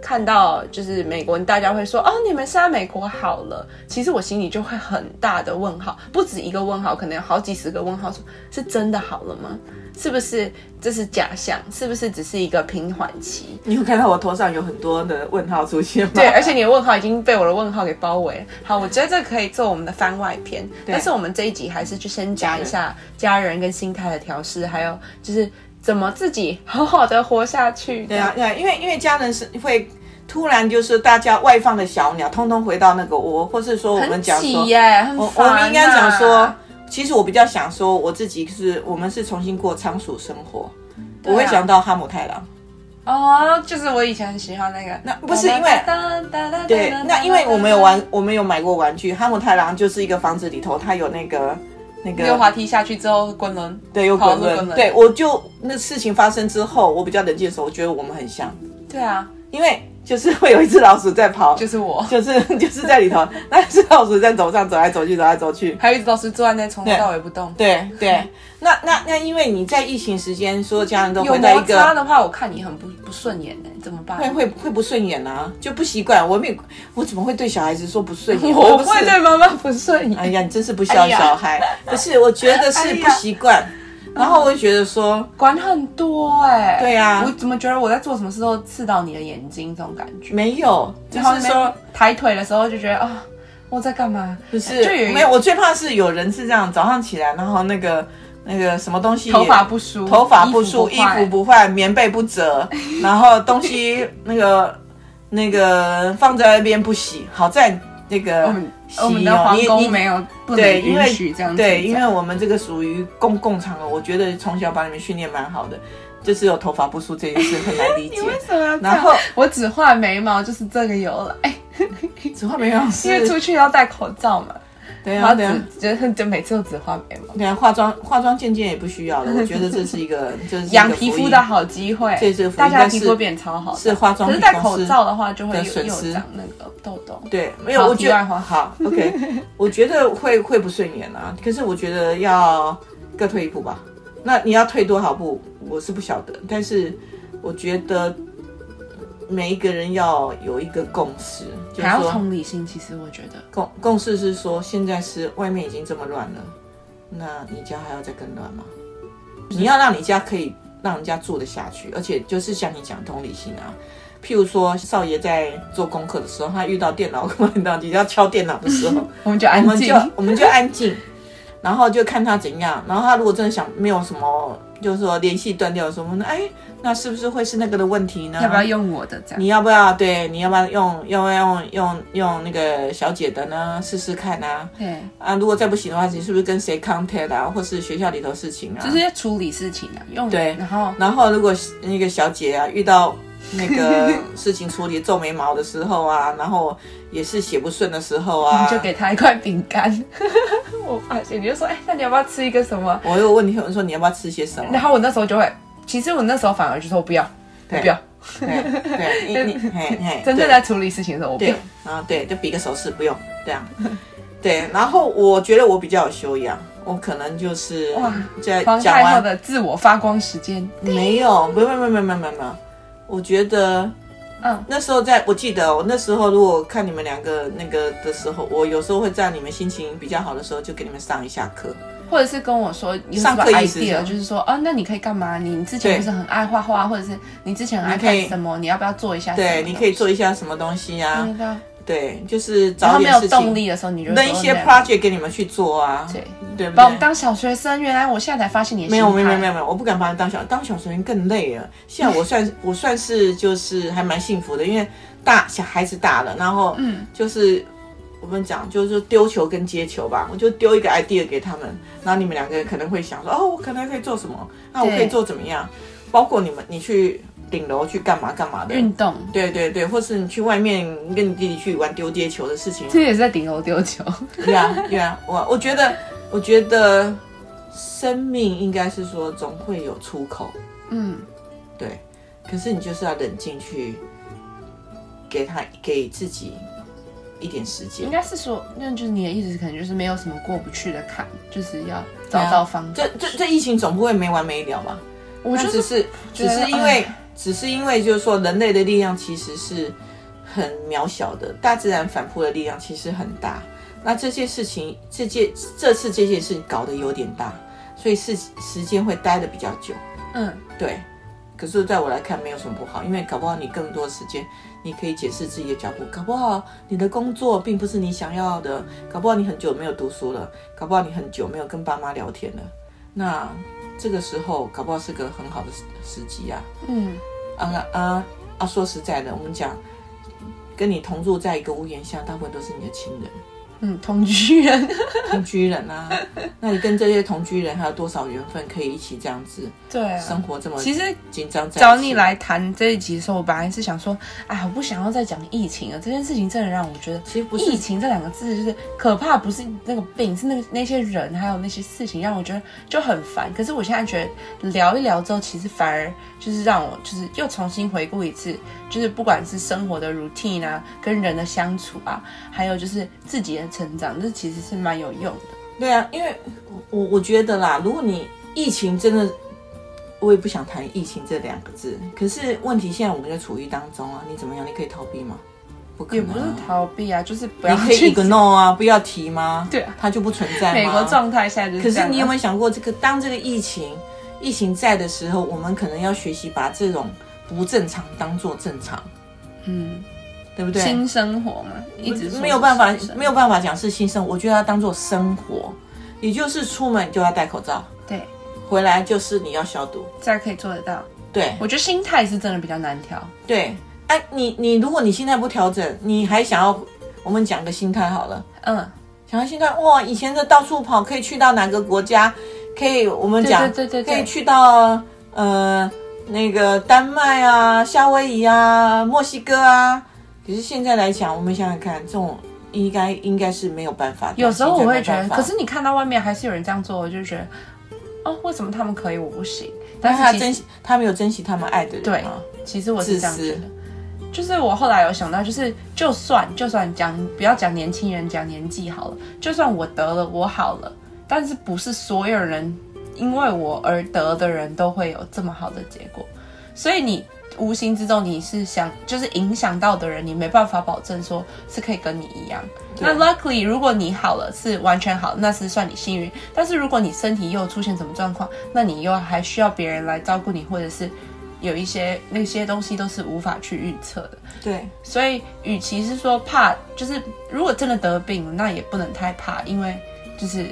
[SPEAKER 1] 看到就是美国人，大家会说哦，你们现在美国好了，其实我心里就会很大的问号，不止一个问号，可能有好几十个问号说，是真的好了吗？是不是这是假象？是不是只是一个平缓期？
[SPEAKER 2] 你有看到我头上有很多的问号出现吗？ [laughs]
[SPEAKER 1] 对，而且你的问号已经被我的问号给包围了。好，我觉得这可以做我们的番外篇，但是我们这一集还是就先讲一下家人跟心态的调试，还有就是怎么自己好好的活下去。
[SPEAKER 2] 对啊，对啊，因为因为家人是会突然就是大家外放的小鸟，通通回到那个窝，或是说我们
[SPEAKER 1] 很
[SPEAKER 2] 讲
[SPEAKER 1] 挤
[SPEAKER 2] 说，
[SPEAKER 1] 耶，很
[SPEAKER 2] 我我
[SPEAKER 1] 烦、啊
[SPEAKER 2] 们应该讲说，，其实我比较想说我自己是，我们是重新过仓鼠生活，
[SPEAKER 1] 啊
[SPEAKER 2] 我会想到哈姆太郎。
[SPEAKER 1] 哦，就是我以前很喜欢那个，
[SPEAKER 2] 那不是因为对，那因为我们有玩，我们有买过玩具，哈姆太郎就是一个房子里头，它有那个那
[SPEAKER 1] 溜
[SPEAKER 2] 个
[SPEAKER 1] 滑梯下去之后滚轮，
[SPEAKER 2] 对，有滚
[SPEAKER 1] 跑路滚
[SPEAKER 2] 轮。
[SPEAKER 1] 轮
[SPEAKER 2] 对，我就那事情发生之后，我比较冷静的时候，我觉得我们很像，
[SPEAKER 1] 对啊，
[SPEAKER 2] 因为就是会有一只老鼠在跑，
[SPEAKER 1] 就是我，
[SPEAKER 2] 就是 [laughs] 就是在里头，那只老鼠在走上走来走去，走来走去。
[SPEAKER 1] 还有一直都是坐在那从头
[SPEAKER 2] 对
[SPEAKER 1] 到尾不动。
[SPEAKER 2] 对对，那那那因为你在疫情时间，所有家人都
[SPEAKER 1] 有
[SPEAKER 2] 回到一
[SPEAKER 1] 摩
[SPEAKER 2] 个
[SPEAKER 1] 擦的话，我看你很不不顺眼呢，怎么办？
[SPEAKER 2] 会会会不顺眼啊，就不习惯。我没有，我怎么会对小孩子说不顺
[SPEAKER 1] [laughs]
[SPEAKER 2] 眼？
[SPEAKER 1] 我
[SPEAKER 2] 不
[SPEAKER 1] 会
[SPEAKER 2] 是
[SPEAKER 1] 对妈妈不顺眼。
[SPEAKER 2] 哎呀，你真是不孝小孩。不是，我觉得
[SPEAKER 1] 哎
[SPEAKER 2] 是
[SPEAKER 1] 呀
[SPEAKER 2] 不习惯。然后我就觉得说，
[SPEAKER 1] 管很多哎、
[SPEAKER 2] 对啊
[SPEAKER 1] 我怎么觉得我在做什么事都刺到你的眼睛这种感觉？
[SPEAKER 2] 没有，就
[SPEAKER 1] 然后
[SPEAKER 2] 是说
[SPEAKER 1] 说抬腿的时候就觉得啊、我在干嘛？
[SPEAKER 2] 不是
[SPEAKER 1] 就有一
[SPEAKER 2] 没有。我最怕是有人是这样，早上起来，然后那个那个什么东西也，
[SPEAKER 1] 头发不梳，
[SPEAKER 2] 头发不梳，衣
[SPEAKER 1] 衣坏
[SPEAKER 2] 服不换，棉被
[SPEAKER 1] [laughs]
[SPEAKER 2] 不折，然后东西那个那个放在那边不洗。好在那个
[SPEAKER 1] 我们
[SPEAKER 2] 洗
[SPEAKER 1] 嗯我们的
[SPEAKER 2] 哦
[SPEAKER 1] 皇
[SPEAKER 2] 你你
[SPEAKER 1] 宫没有不能
[SPEAKER 2] 对，因
[SPEAKER 1] 允
[SPEAKER 2] 为
[SPEAKER 1] 许这样子
[SPEAKER 2] 对，因
[SPEAKER 1] 讲
[SPEAKER 2] 为我们这个属于公共场合，我觉得从小把你们训练蛮好的，就是有头发不梳这件事很难理解
[SPEAKER 1] [laughs] 你。为什么要这样？
[SPEAKER 2] 然后
[SPEAKER 1] 我只画眉毛就是这个由来，
[SPEAKER 2] 只画眉毛
[SPEAKER 1] 因为出
[SPEAKER 2] 是，
[SPEAKER 1] 去要戴口罩嘛，
[SPEAKER 2] 对
[SPEAKER 1] 然后
[SPEAKER 2] 啊对啊
[SPEAKER 1] 只就就每次都只画眉毛，
[SPEAKER 2] 对啊，化妆化妆渐渐也不需要了，我觉得这是一个就是一个
[SPEAKER 1] [laughs] 养皮
[SPEAKER 2] 福音
[SPEAKER 1] 肤的好机会
[SPEAKER 2] 这是，福音
[SPEAKER 1] 大家
[SPEAKER 2] 但
[SPEAKER 1] 皮
[SPEAKER 2] 是
[SPEAKER 1] 肤变超好的，
[SPEAKER 2] 是化妆
[SPEAKER 1] 可是
[SPEAKER 2] 品
[SPEAKER 1] 戴
[SPEAKER 2] 公
[SPEAKER 1] 口
[SPEAKER 2] 司
[SPEAKER 1] 罩的话，就会
[SPEAKER 2] 的
[SPEAKER 1] 又
[SPEAKER 2] 损
[SPEAKER 1] 又
[SPEAKER 2] 失
[SPEAKER 1] 长那个痘痘。
[SPEAKER 2] 对，没有，
[SPEAKER 1] 好
[SPEAKER 2] 我觉得
[SPEAKER 1] 题外话
[SPEAKER 2] 好，OK，我 [laughs] 觉得会会不顺眼啊。可是我觉得要各退一步吧。那你要退多少步，我是不晓得。但是我觉得每一个人要有一个共识，就是
[SPEAKER 1] 还要
[SPEAKER 2] 说
[SPEAKER 1] 同理心，其实我觉得
[SPEAKER 2] 共共识是说，现在是外面已经这么乱了，那你家还要再更乱吗？你要让你家可以让人家住得下去，而且就是像你讲同理心啊。譬如说，少爷在做功课的时候， [laughs] 他遇到电脑碰到你要敲电脑的时候，
[SPEAKER 1] 我们就 [laughs]
[SPEAKER 2] 我
[SPEAKER 1] 安
[SPEAKER 2] 们
[SPEAKER 1] 静
[SPEAKER 2] 就。我们就安静。然后就看他怎样。然后他如果真的想没有什么，就是说联系断掉的时候，我们说哎，那是不是会是那个的问题呢？
[SPEAKER 1] 要不要用我的这样？
[SPEAKER 2] 你要不要对？你要不要用要不要用用用那个小姐的呢？试试看啊
[SPEAKER 1] 对，
[SPEAKER 2] 啊！如果再不行的话，你是不是跟谁 contact 啊，或是学校里头事情啊？
[SPEAKER 1] 就是要处理事情啊，用
[SPEAKER 2] 对
[SPEAKER 1] 然后
[SPEAKER 2] 然后如果那个小姐啊遇到那
[SPEAKER 1] [laughs]
[SPEAKER 2] 个事情处理皱眉毛的时候啊，然后也是写不顺的时候啊
[SPEAKER 1] 你，就给他一块饼干。 [laughs] 我发现你就说，哎、那你要不要吃一个什么？
[SPEAKER 2] 我有问你，我说你要不要吃些什么
[SPEAKER 1] 然？后我那时候就会，其实我那时候反而就说我不要，我
[SPEAKER 2] 对
[SPEAKER 1] 不要。
[SPEAKER 2] 对对，
[SPEAKER 1] [laughs]
[SPEAKER 2] 你你嘿嘿，
[SPEAKER 1] 真正在处理事情的时候，我不
[SPEAKER 2] 对
[SPEAKER 1] 要。，
[SPEAKER 2] 然后对，就比个手势，不用这样。对，然后我觉得我比较有修养，我可能就是
[SPEAKER 1] 哇
[SPEAKER 2] 在
[SPEAKER 1] 皇
[SPEAKER 2] 讲
[SPEAKER 1] 太后
[SPEAKER 2] 完
[SPEAKER 1] 的自我发光时间，
[SPEAKER 2] 没有，没有没有没有没有没有没有，我觉得
[SPEAKER 1] 嗯，
[SPEAKER 2] 那时候在我记得，我哦那时候如果看你们两个那个的时候，我有时候会在你们心情比较好的时候，就给你们上一下课。
[SPEAKER 1] 或者是跟我说有什
[SPEAKER 2] 上
[SPEAKER 1] 么
[SPEAKER 2] 课意思是
[SPEAKER 1] idea，
[SPEAKER 2] 什么
[SPEAKER 1] 就是说，啊，那你可以干嘛？你之前
[SPEAKER 2] 对
[SPEAKER 1] 不是很爱画画，或者是你之前很爱
[SPEAKER 2] 你可以
[SPEAKER 1] 看什么？你要不要啊做一下？
[SPEAKER 2] 对，你可以。做一下什么东西啊？
[SPEAKER 1] 对啊
[SPEAKER 2] 对，就是
[SPEAKER 1] 然
[SPEAKER 2] 找
[SPEAKER 1] 后没
[SPEAKER 2] 点
[SPEAKER 1] 有
[SPEAKER 2] 事
[SPEAKER 1] 动
[SPEAKER 2] 情，
[SPEAKER 1] 力的时候，你就
[SPEAKER 2] 扔一些
[SPEAKER 1] project，
[SPEAKER 2] project 给你们去做啊，
[SPEAKER 1] 对，
[SPEAKER 2] 对不
[SPEAKER 1] 把我们
[SPEAKER 2] 对？
[SPEAKER 1] 当小学生。原来我现在才发现你的
[SPEAKER 2] 没有没有没有
[SPEAKER 1] 有，
[SPEAKER 2] 没有没有，我不敢把你当小当小学生更累了。现在我算我算是就是还蛮幸福的，因为大小孩子大了，然后
[SPEAKER 1] 嗯，
[SPEAKER 2] 就是我们讲就是丢球跟接球吧，我就丢一个 idea 给他们，然后你们两个人可能会想说，哦，我可能可以做什么，那我
[SPEAKER 1] 对
[SPEAKER 2] 可以做怎么样，包括你们你去顶楼去干嘛干嘛的，
[SPEAKER 1] 运动， [laughs]
[SPEAKER 2] 对对对，或是你去外面跟你弟弟去玩丢接球的事情，
[SPEAKER 1] 这也是在顶楼丢球。
[SPEAKER 2] [laughs] 对啊对啊，我我觉得我觉得生命应该是说总会有出口，
[SPEAKER 1] 嗯，
[SPEAKER 2] 对，可是你就是要冷静去给他给自己一点时
[SPEAKER 1] [laughs]
[SPEAKER 2] 间
[SPEAKER 1] 应。该是说，那就是你的意思，可能就是没有什么过不去的坎，就是要找到方法。
[SPEAKER 2] 这这这疫情总不会没完没了吧？
[SPEAKER 1] 我
[SPEAKER 2] 那
[SPEAKER 1] 就
[SPEAKER 2] 只
[SPEAKER 1] 是
[SPEAKER 2] 是
[SPEAKER 1] 觉
[SPEAKER 2] 只
[SPEAKER 1] 得哎
[SPEAKER 2] 是因为只是因为就是说人类的力量其实是很渺小的，大自然反扑的力量其实很大。那这些事情，这件这次这件事搞得有点大，所以是时间会待的比较久。
[SPEAKER 1] 嗯，
[SPEAKER 2] 对，可是在我来看没有什么不好，因为搞不好你更多时间，你可以解释自己的脚步，搞不好你的工作并不是你想要的，搞不好你很久没有读书了，搞不好你很久没有跟爸妈聊天了，那这个时候搞不好是个很好的时时机啊。
[SPEAKER 1] 嗯，
[SPEAKER 2] 啊啊啊！说实在的，我们讲，跟你同住在一个屋檐下，大部分都是你的亲人、 [laughs]
[SPEAKER 1] 嗯，同居人， [laughs]
[SPEAKER 2] 同居人啊。那你跟这些同居人还有多少缘分可以一起这样子
[SPEAKER 1] 对啊
[SPEAKER 2] 生活这么
[SPEAKER 1] 其实
[SPEAKER 2] 紧张在一起？
[SPEAKER 1] 找你来谈这一集的时候，我本来是想说，哎，我不想要再讲疫情了。这件事情真的让我觉得，
[SPEAKER 2] 其实不是
[SPEAKER 1] 疫情这两个字就是可怕，不是那个病，是那个那些人还有那些事情，让我觉得就很烦。可是我现在觉得聊一聊之后，其实反而就是让我就是又重新回顾一次，就是不管是生活的 routine 啊，跟人的相处啊，还有就是自己的成长，这其实是蛮有用的。
[SPEAKER 2] 对啊，因为我我我觉得啦，如果你疫情真的，我也不想谈疫情这两个字。可是问题现在我们在处于当中啊，你怎么样？你可以逃避吗？不可
[SPEAKER 1] 也
[SPEAKER 2] 能、
[SPEAKER 1] 不是
[SPEAKER 2] 啊。
[SPEAKER 1] 逃避啊，就是不要
[SPEAKER 2] 你可
[SPEAKER 1] 去
[SPEAKER 2] 以 ignore 啊，不要提吗？
[SPEAKER 1] 对啊
[SPEAKER 2] 它就不存在吗？
[SPEAKER 1] 美国状态下就是
[SPEAKER 2] 可
[SPEAKER 1] 这
[SPEAKER 2] 是
[SPEAKER 1] 样啊
[SPEAKER 2] 你有没有想过，这个当这个疫情疫情在的时候，我们可能要学习把这种不正常当做正常，
[SPEAKER 1] 嗯。
[SPEAKER 2] 对不对？
[SPEAKER 1] 新生活嘛，一直说
[SPEAKER 2] 没有办法
[SPEAKER 1] 是新，生
[SPEAKER 2] 没有办法讲是新生，我觉得要当做生活，也就是出门就要戴口罩，
[SPEAKER 1] 对，
[SPEAKER 2] 回来就是你要消毒，
[SPEAKER 1] 这样可以做得到。
[SPEAKER 2] 对
[SPEAKER 1] 我觉得心态是真的比较难调，
[SPEAKER 2] 对。哎、你你如果你心态不调整，你还想要我们讲个心态好了，
[SPEAKER 1] 嗯，
[SPEAKER 2] 想要心态哇，以前的到处跑可以去到哪个国家，可以我们
[SPEAKER 1] 对
[SPEAKER 2] 讲
[SPEAKER 1] 对对对
[SPEAKER 2] 可以
[SPEAKER 1] 对，
[SPEAKER 2] 去到呃那个丹麦啊、夏威夷啊、墨西哥啊。可是现在来讲，我们想想看，这种应该应该是没有办法的。
[SPEAKER 1] 有时候我会觉
[SPEAKER 2] 现在
[SPEAKER 1] 得，
[SPEAKER 2] 没办法
[SPEAKER 1] 可是你看到外面还是有人这样做，我就觉得，哦，为什么他们可以，我不行？
[SPEAKER 2] 但
[SPEAKER 1] 但
[SPEAKER 2] 是他
[SPEAKER 1] 是其
[SPEAKER 2] 珍
[SPEAKER 1] 实
[SPEAKER 2] 惜，他没有珍惜他们爱的人
[SPEAKER 1] 对
[SPEAKER 2] 啊。
[SPEAKER 1] 其实我是这样觉
[SPEAKER 2] 自
[SPEAKER 1] 得。就是我后来有想到，就是就算就算讲不要讲年轻人讲年纪好了，就算我得了我好了，但是不是所有人因为我而得的人都会有这么好的结果，所以你无形之中你是想就是影响到的人，你没办法保证说是可以跟你一样。那 luckily 如果你好了是完全好，那是算你幸运。但是如果你身体又出现什么状况，那你又还需要别人来照顾你，或者是有一些那些东西都是无法去预测的。
[SPEAKER 2] 对
[SPEAKER 1] 所以，与其是说怕，就是如果真的得病了，那也不能太怕，因为就是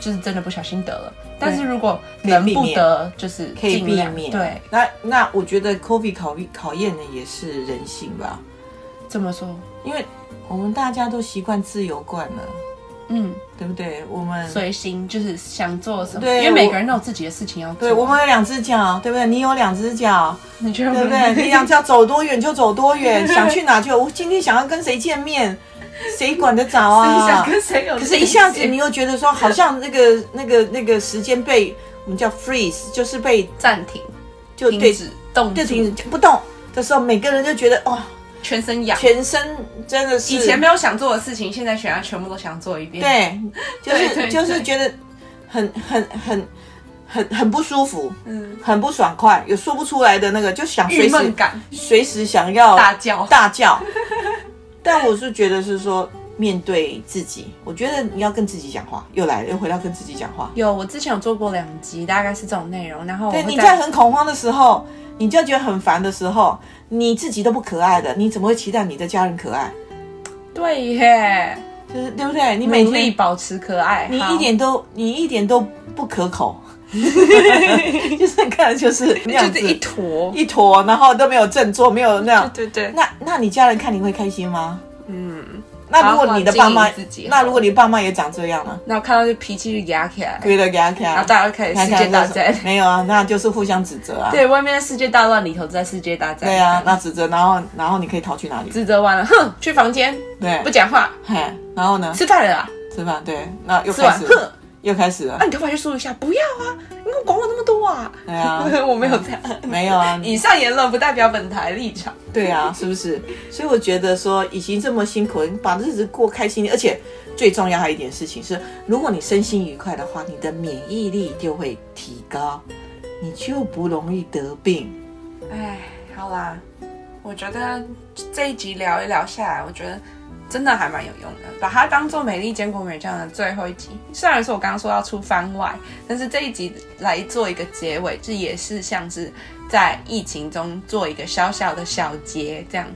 [SPEAKER 1] 就是真的不小心得了。但是
[SPEAKER 2] 对
[SPEAKER 1] 如果
[SPEAKER 2] 可以
[SPEAKER 1] 能
[SPEAKER 2] 避
[SPEAKER 1] 不
[SPEAKER 2] 免
[SPEAKER 1] 得，就是
[SPEAKER 2] 可以
[SPEAKER 1] 尽
[SPEAKER 2] 避
[SPEAKER 1] 量
[SPEAKER 2] 免。
[SPEAKER 1] 对，，
[SPEAKER 2] 那那我觉得 COVID 考考验的也是人性吧，
[SPEAKER 1] 这么说，
[SPEAKER 2] 因为我们大家都习惯自由惯了，
[SPEAKER 1] 嗯，
[SPEAKER 2] 对不对？我们
[SPEAKER 1] 随心就是想做什么，
[SPEAKER 2] 嗯对
[SPEAKER 1] 因为每
[SPEAKER 2] 我
[SPEAKER 1] 个人都有自己的事情要做。
[SPEAKER 2] 对我们有两只脚，对不对？你有两只脚，
[SPEAKER 1] 你觉得
[SPEAKER 2] 对
[SPEAKER 1] [laughs]
[SPEAKER 2] 不对？你两只脚走多远就走多远，想去哪就。我哦今天想要跟谁见面，谁管得着
[SPEAKER 1] 你想
[SPEAKER 2] 啊？
[SPEAKER 1] 跟谁有？
[SPEAKER 2] 可是，一下子你又觉得说，好像那个那个那个时间被我们叫 freeze，就是被
[SPEAKER 1] 暂停、
[SPEAKER 2] 就
[SPEAKER 1] 停
[SPEAKER 2] 对
[SPEAKER 1] 止动
[SPEAKER 2] 就
[SPEAKER 1] 作，
[SPEAKER 2] 停止不动的时候，每个人就觉得哇，
[SPEAKER 1] 全身痒。
[SPEAKER 2] 全身真的是
[SPEAKER 1] 以前没有想做的事情，现在全家全部都想做一遍。， [laughs]
[SPEAKER 2] 对，就
[SPEAKER 1] 对对
[SPEAKER 2] 是就是
[SPEAKER 1] 对
[SPEAKER 2] 觉得很很很很很不舒服，
[SPEAKER 1] 嗯，
[SPEAKER 2] 很不爽快，有说不出来的那个，就想
[SPEAKER 1] 郁
[SPEAKER 2] 随
[SPEAKER 1] 闷
[SPEAKER 2] 时
[SPEAKER 1] 感
[SPEAKER 2] 随时想要
[SPEAKER 1] 大叫。
[SPEAKER 2] 哦大叫。 [laughs] 但我是觉得是说面对自己，我觉得你要跟自己讲话，又来了，又回到跟自己讲话。
[SPEAKER 1] 有，我之前有做过两集，大概是这种内容。然后我
[SPEAKER 2] 对，
[SPEAKER 1] 会
[SPEAKER 2] 你在很恐慌的时候，你就觉得很烦的时候，你自己都不可爱的，你怎么会期待你的家人可爱？
[SPEAKER 1] 对耶，
[SPEAKER 2] 就是对不对？你每
[SPEAKER 1] 努力
[SPEAKER 2] 天
[SPEAKER 1] 保持可爱。
[SPEAKER 2] 你
[SPEAKER 1] 好
[SPEAKER 2] 一点都你一点都不可口，
[SPEAKER 1] [laughs]
[SPEAKER 2] 就是看着就是那样
[SPEAKER 1] 就
[SPEAKER 2] 子
[SPEAKER 1] 是一坨，
[SPEAKER 2] 一坨，然后都没有振作，没有那样。
[SPEAKER 1] 对对对，
[SPEAKER 2] 那那你家人看你会开心吗？
[SPEAKER 1] 嗯。
[SPEAKER 2] 那如果你的
[SPEAKER 1] 好好
[SPEAKER 2] 爸妈
[SPEAKER 1] 经营自己，
[SPEAKER 2] 那如果你爸妈也长这样呢？
[SPEAKER 1] 那我看到这脾气就压起来，
[SPEAKER 2] 对的，啊给他看，
[SPEAKER 1] 然后大家就开始世界大战。
[SPEAKER 2] 没有啊，那就是互相指责啊。
[SPEAKER 1] [laughs] 对，外面的世界大乱，里头在世界大战。
[SPEAKER 2] 对啊，那指责，然后然后你可以逃去哪里？
[SPEAKER 1] 指责完了，哼，去房间
[SPEAKER 2] 对
[SPEAKER 1] 不，讲话，
[SPEAKER 2] 嘿，然后呢？
[SPEAKER 1] 吃饭了啊，
[SPEAKER 2] 吃饭，对，那又
[SPEAKER 1] 吃
[SPEAKER 2] 开
[SPEAKER 1] 完，
[SPEAKER 2] 始
[SPEAKER 1] 哼，啊
[SPEAKER 2] 又开始了
[SPEAKER 1] 那、。你头发去梳一下，不要啊，你给我管我那么多啊！
[SPEAKER 2] 对啊
[SPEAKER 1] [laughs] 我没有这样。
[SPEAKER 2] 没
[SPEAKER 1] [laughs]
[SPEAKER 2] 有啊，
[SPEAKER 1] 以上言论不代表本台立场。
[SPEAKER 2] 对啊，是不是？所以我觉得说，已经这么辛苦，你把日子过开心，而且最重要还有一点事情是，如果你身心愉快的话，你的免疫力就会提高，你就不容易得病。
[SPEAKER 1] 哎，好啦，我觉得这一集聊一聊下来，我觉得真的还蛮有用的，把它当做美丽坚果美酱的最后一集。虽然说我刚刚说要出番外，但是这一集来做一个结尾，这也是像是在疫情中做一个小小的小结，这样。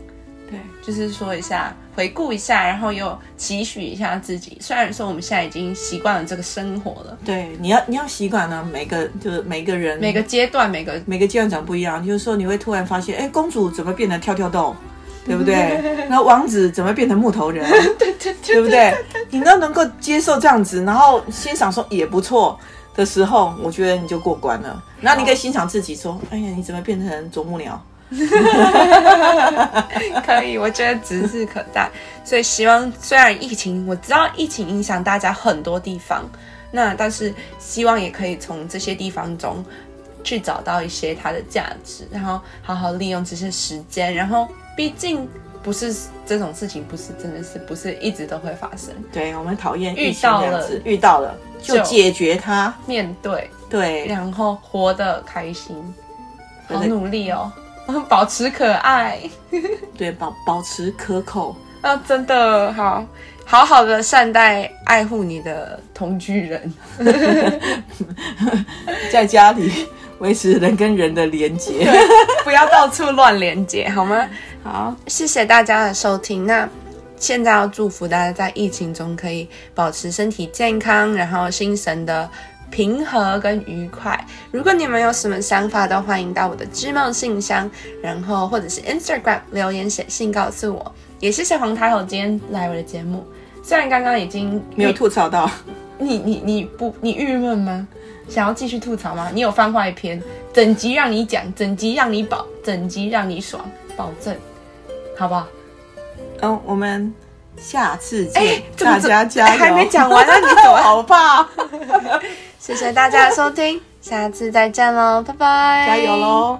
[SPEAKER 1] 对，就是说一下，回顾一下，然后又期许一下自己。虽然说我们现在已经习惯了这个生活了，
[SPEAKER 2] 对，你要你要习惯呢，每个就是每个人
[SPEAKER 1] 每个阶段，每
[SPEAKER 2] [laughs]
[SPEAKER 1] 个
[SPEAKER 2] 每个阶段长不一样，就是说你会突然发现，哎，公主怎么变得跳跳豆，对
[SPEAKER 1] [laughs]
[SPEAKER 2] 不对？那王子怎么变成木头人，
[SPEAKER 1] 对对
[SPEAKER 2] [laughs] 对不对？你都能够接受这样子，然后欣赏说也不错的时候，我觉得你就过关了。然后你可以欣赏自己说，哎呀，你怎么变成啄木鸟？
[SPEAKER 1] [laughs] 可以，我觉得指日可待。所以希望，虽然疫情，我呃知道疫情影响大家很多地方，那但是希望也可以从这些地方中去找到一些它的价值，然后好好利用这些时间。然后，毕竟不是这种事情，不是真的是不是一直都会发生，
[SPEAKER 2] 对我们讨厌
[SPEAKER 1] 遇
[SPEAKER 2] 疫情
[SPEAKER 1] 到
[SPEAKER 2] 这样
[SPEAKER 1] 了
[SPEAKER 2] 子，遇到了就
[SPEAKER 1] 就
[SPEAKER 2] 解决它。
[SPEAKER 1] 面对，
[SPEAKER 2] 对，
[SPEAKER 1] 然后活得开心，
[SPEAKER 2] 活
[SPEAKER 1] 好
[SPEAKER 2] 得
[SPEAKER 1] 努力哦， [laughs] 保持可爱。
[SPEAKER 2] 对，保保持可口。
[SPEAKER 1] 啊，真的好，好好的善待爱护你的同居人。 [laughs]
[SPEAKER 2] 在家里维持人跟人的
[SPEAKER 1] [laughs]
[SPEAKER 2] 连接。
[SPEAKER 1] 不要到处乱连接，好吗？好，谢谢大家的收听。那现在要祝福大家在疫情中可以保持身体健康，然后心神的平和跟愉快。如果你们有什么想法，都欢迎到我的知梦信箱，然后或者是 Instagram 留言写信告诉我。也谢谢黄台友今天来我的节目，虽然刚刚已经
[SPEAKER 2] 没有吐槽到，
[SPEAKER 1] 你你你不你郁闷吗？想要继续吐槽吗？你有番外篇，整集让你讲，整集让你保，整集让你爽，保证，好不好？
[SPEAKER 2] 嗯，我们下次见，
[SPEAKER 1] 哎怎么
[SPEAKER 2] 大家加油！
[SPEAKER 1] 还没讲完啊你怎
[SPEAKER 2] [laughs]
[SPEAKER 1] 么 [laughs]
[SPEAKER 2] 好怕？
[SPEAKER 3] 谢谢大家的收听，下次再见喽，拜拜，
[SPEAKER 2] 加油！喽！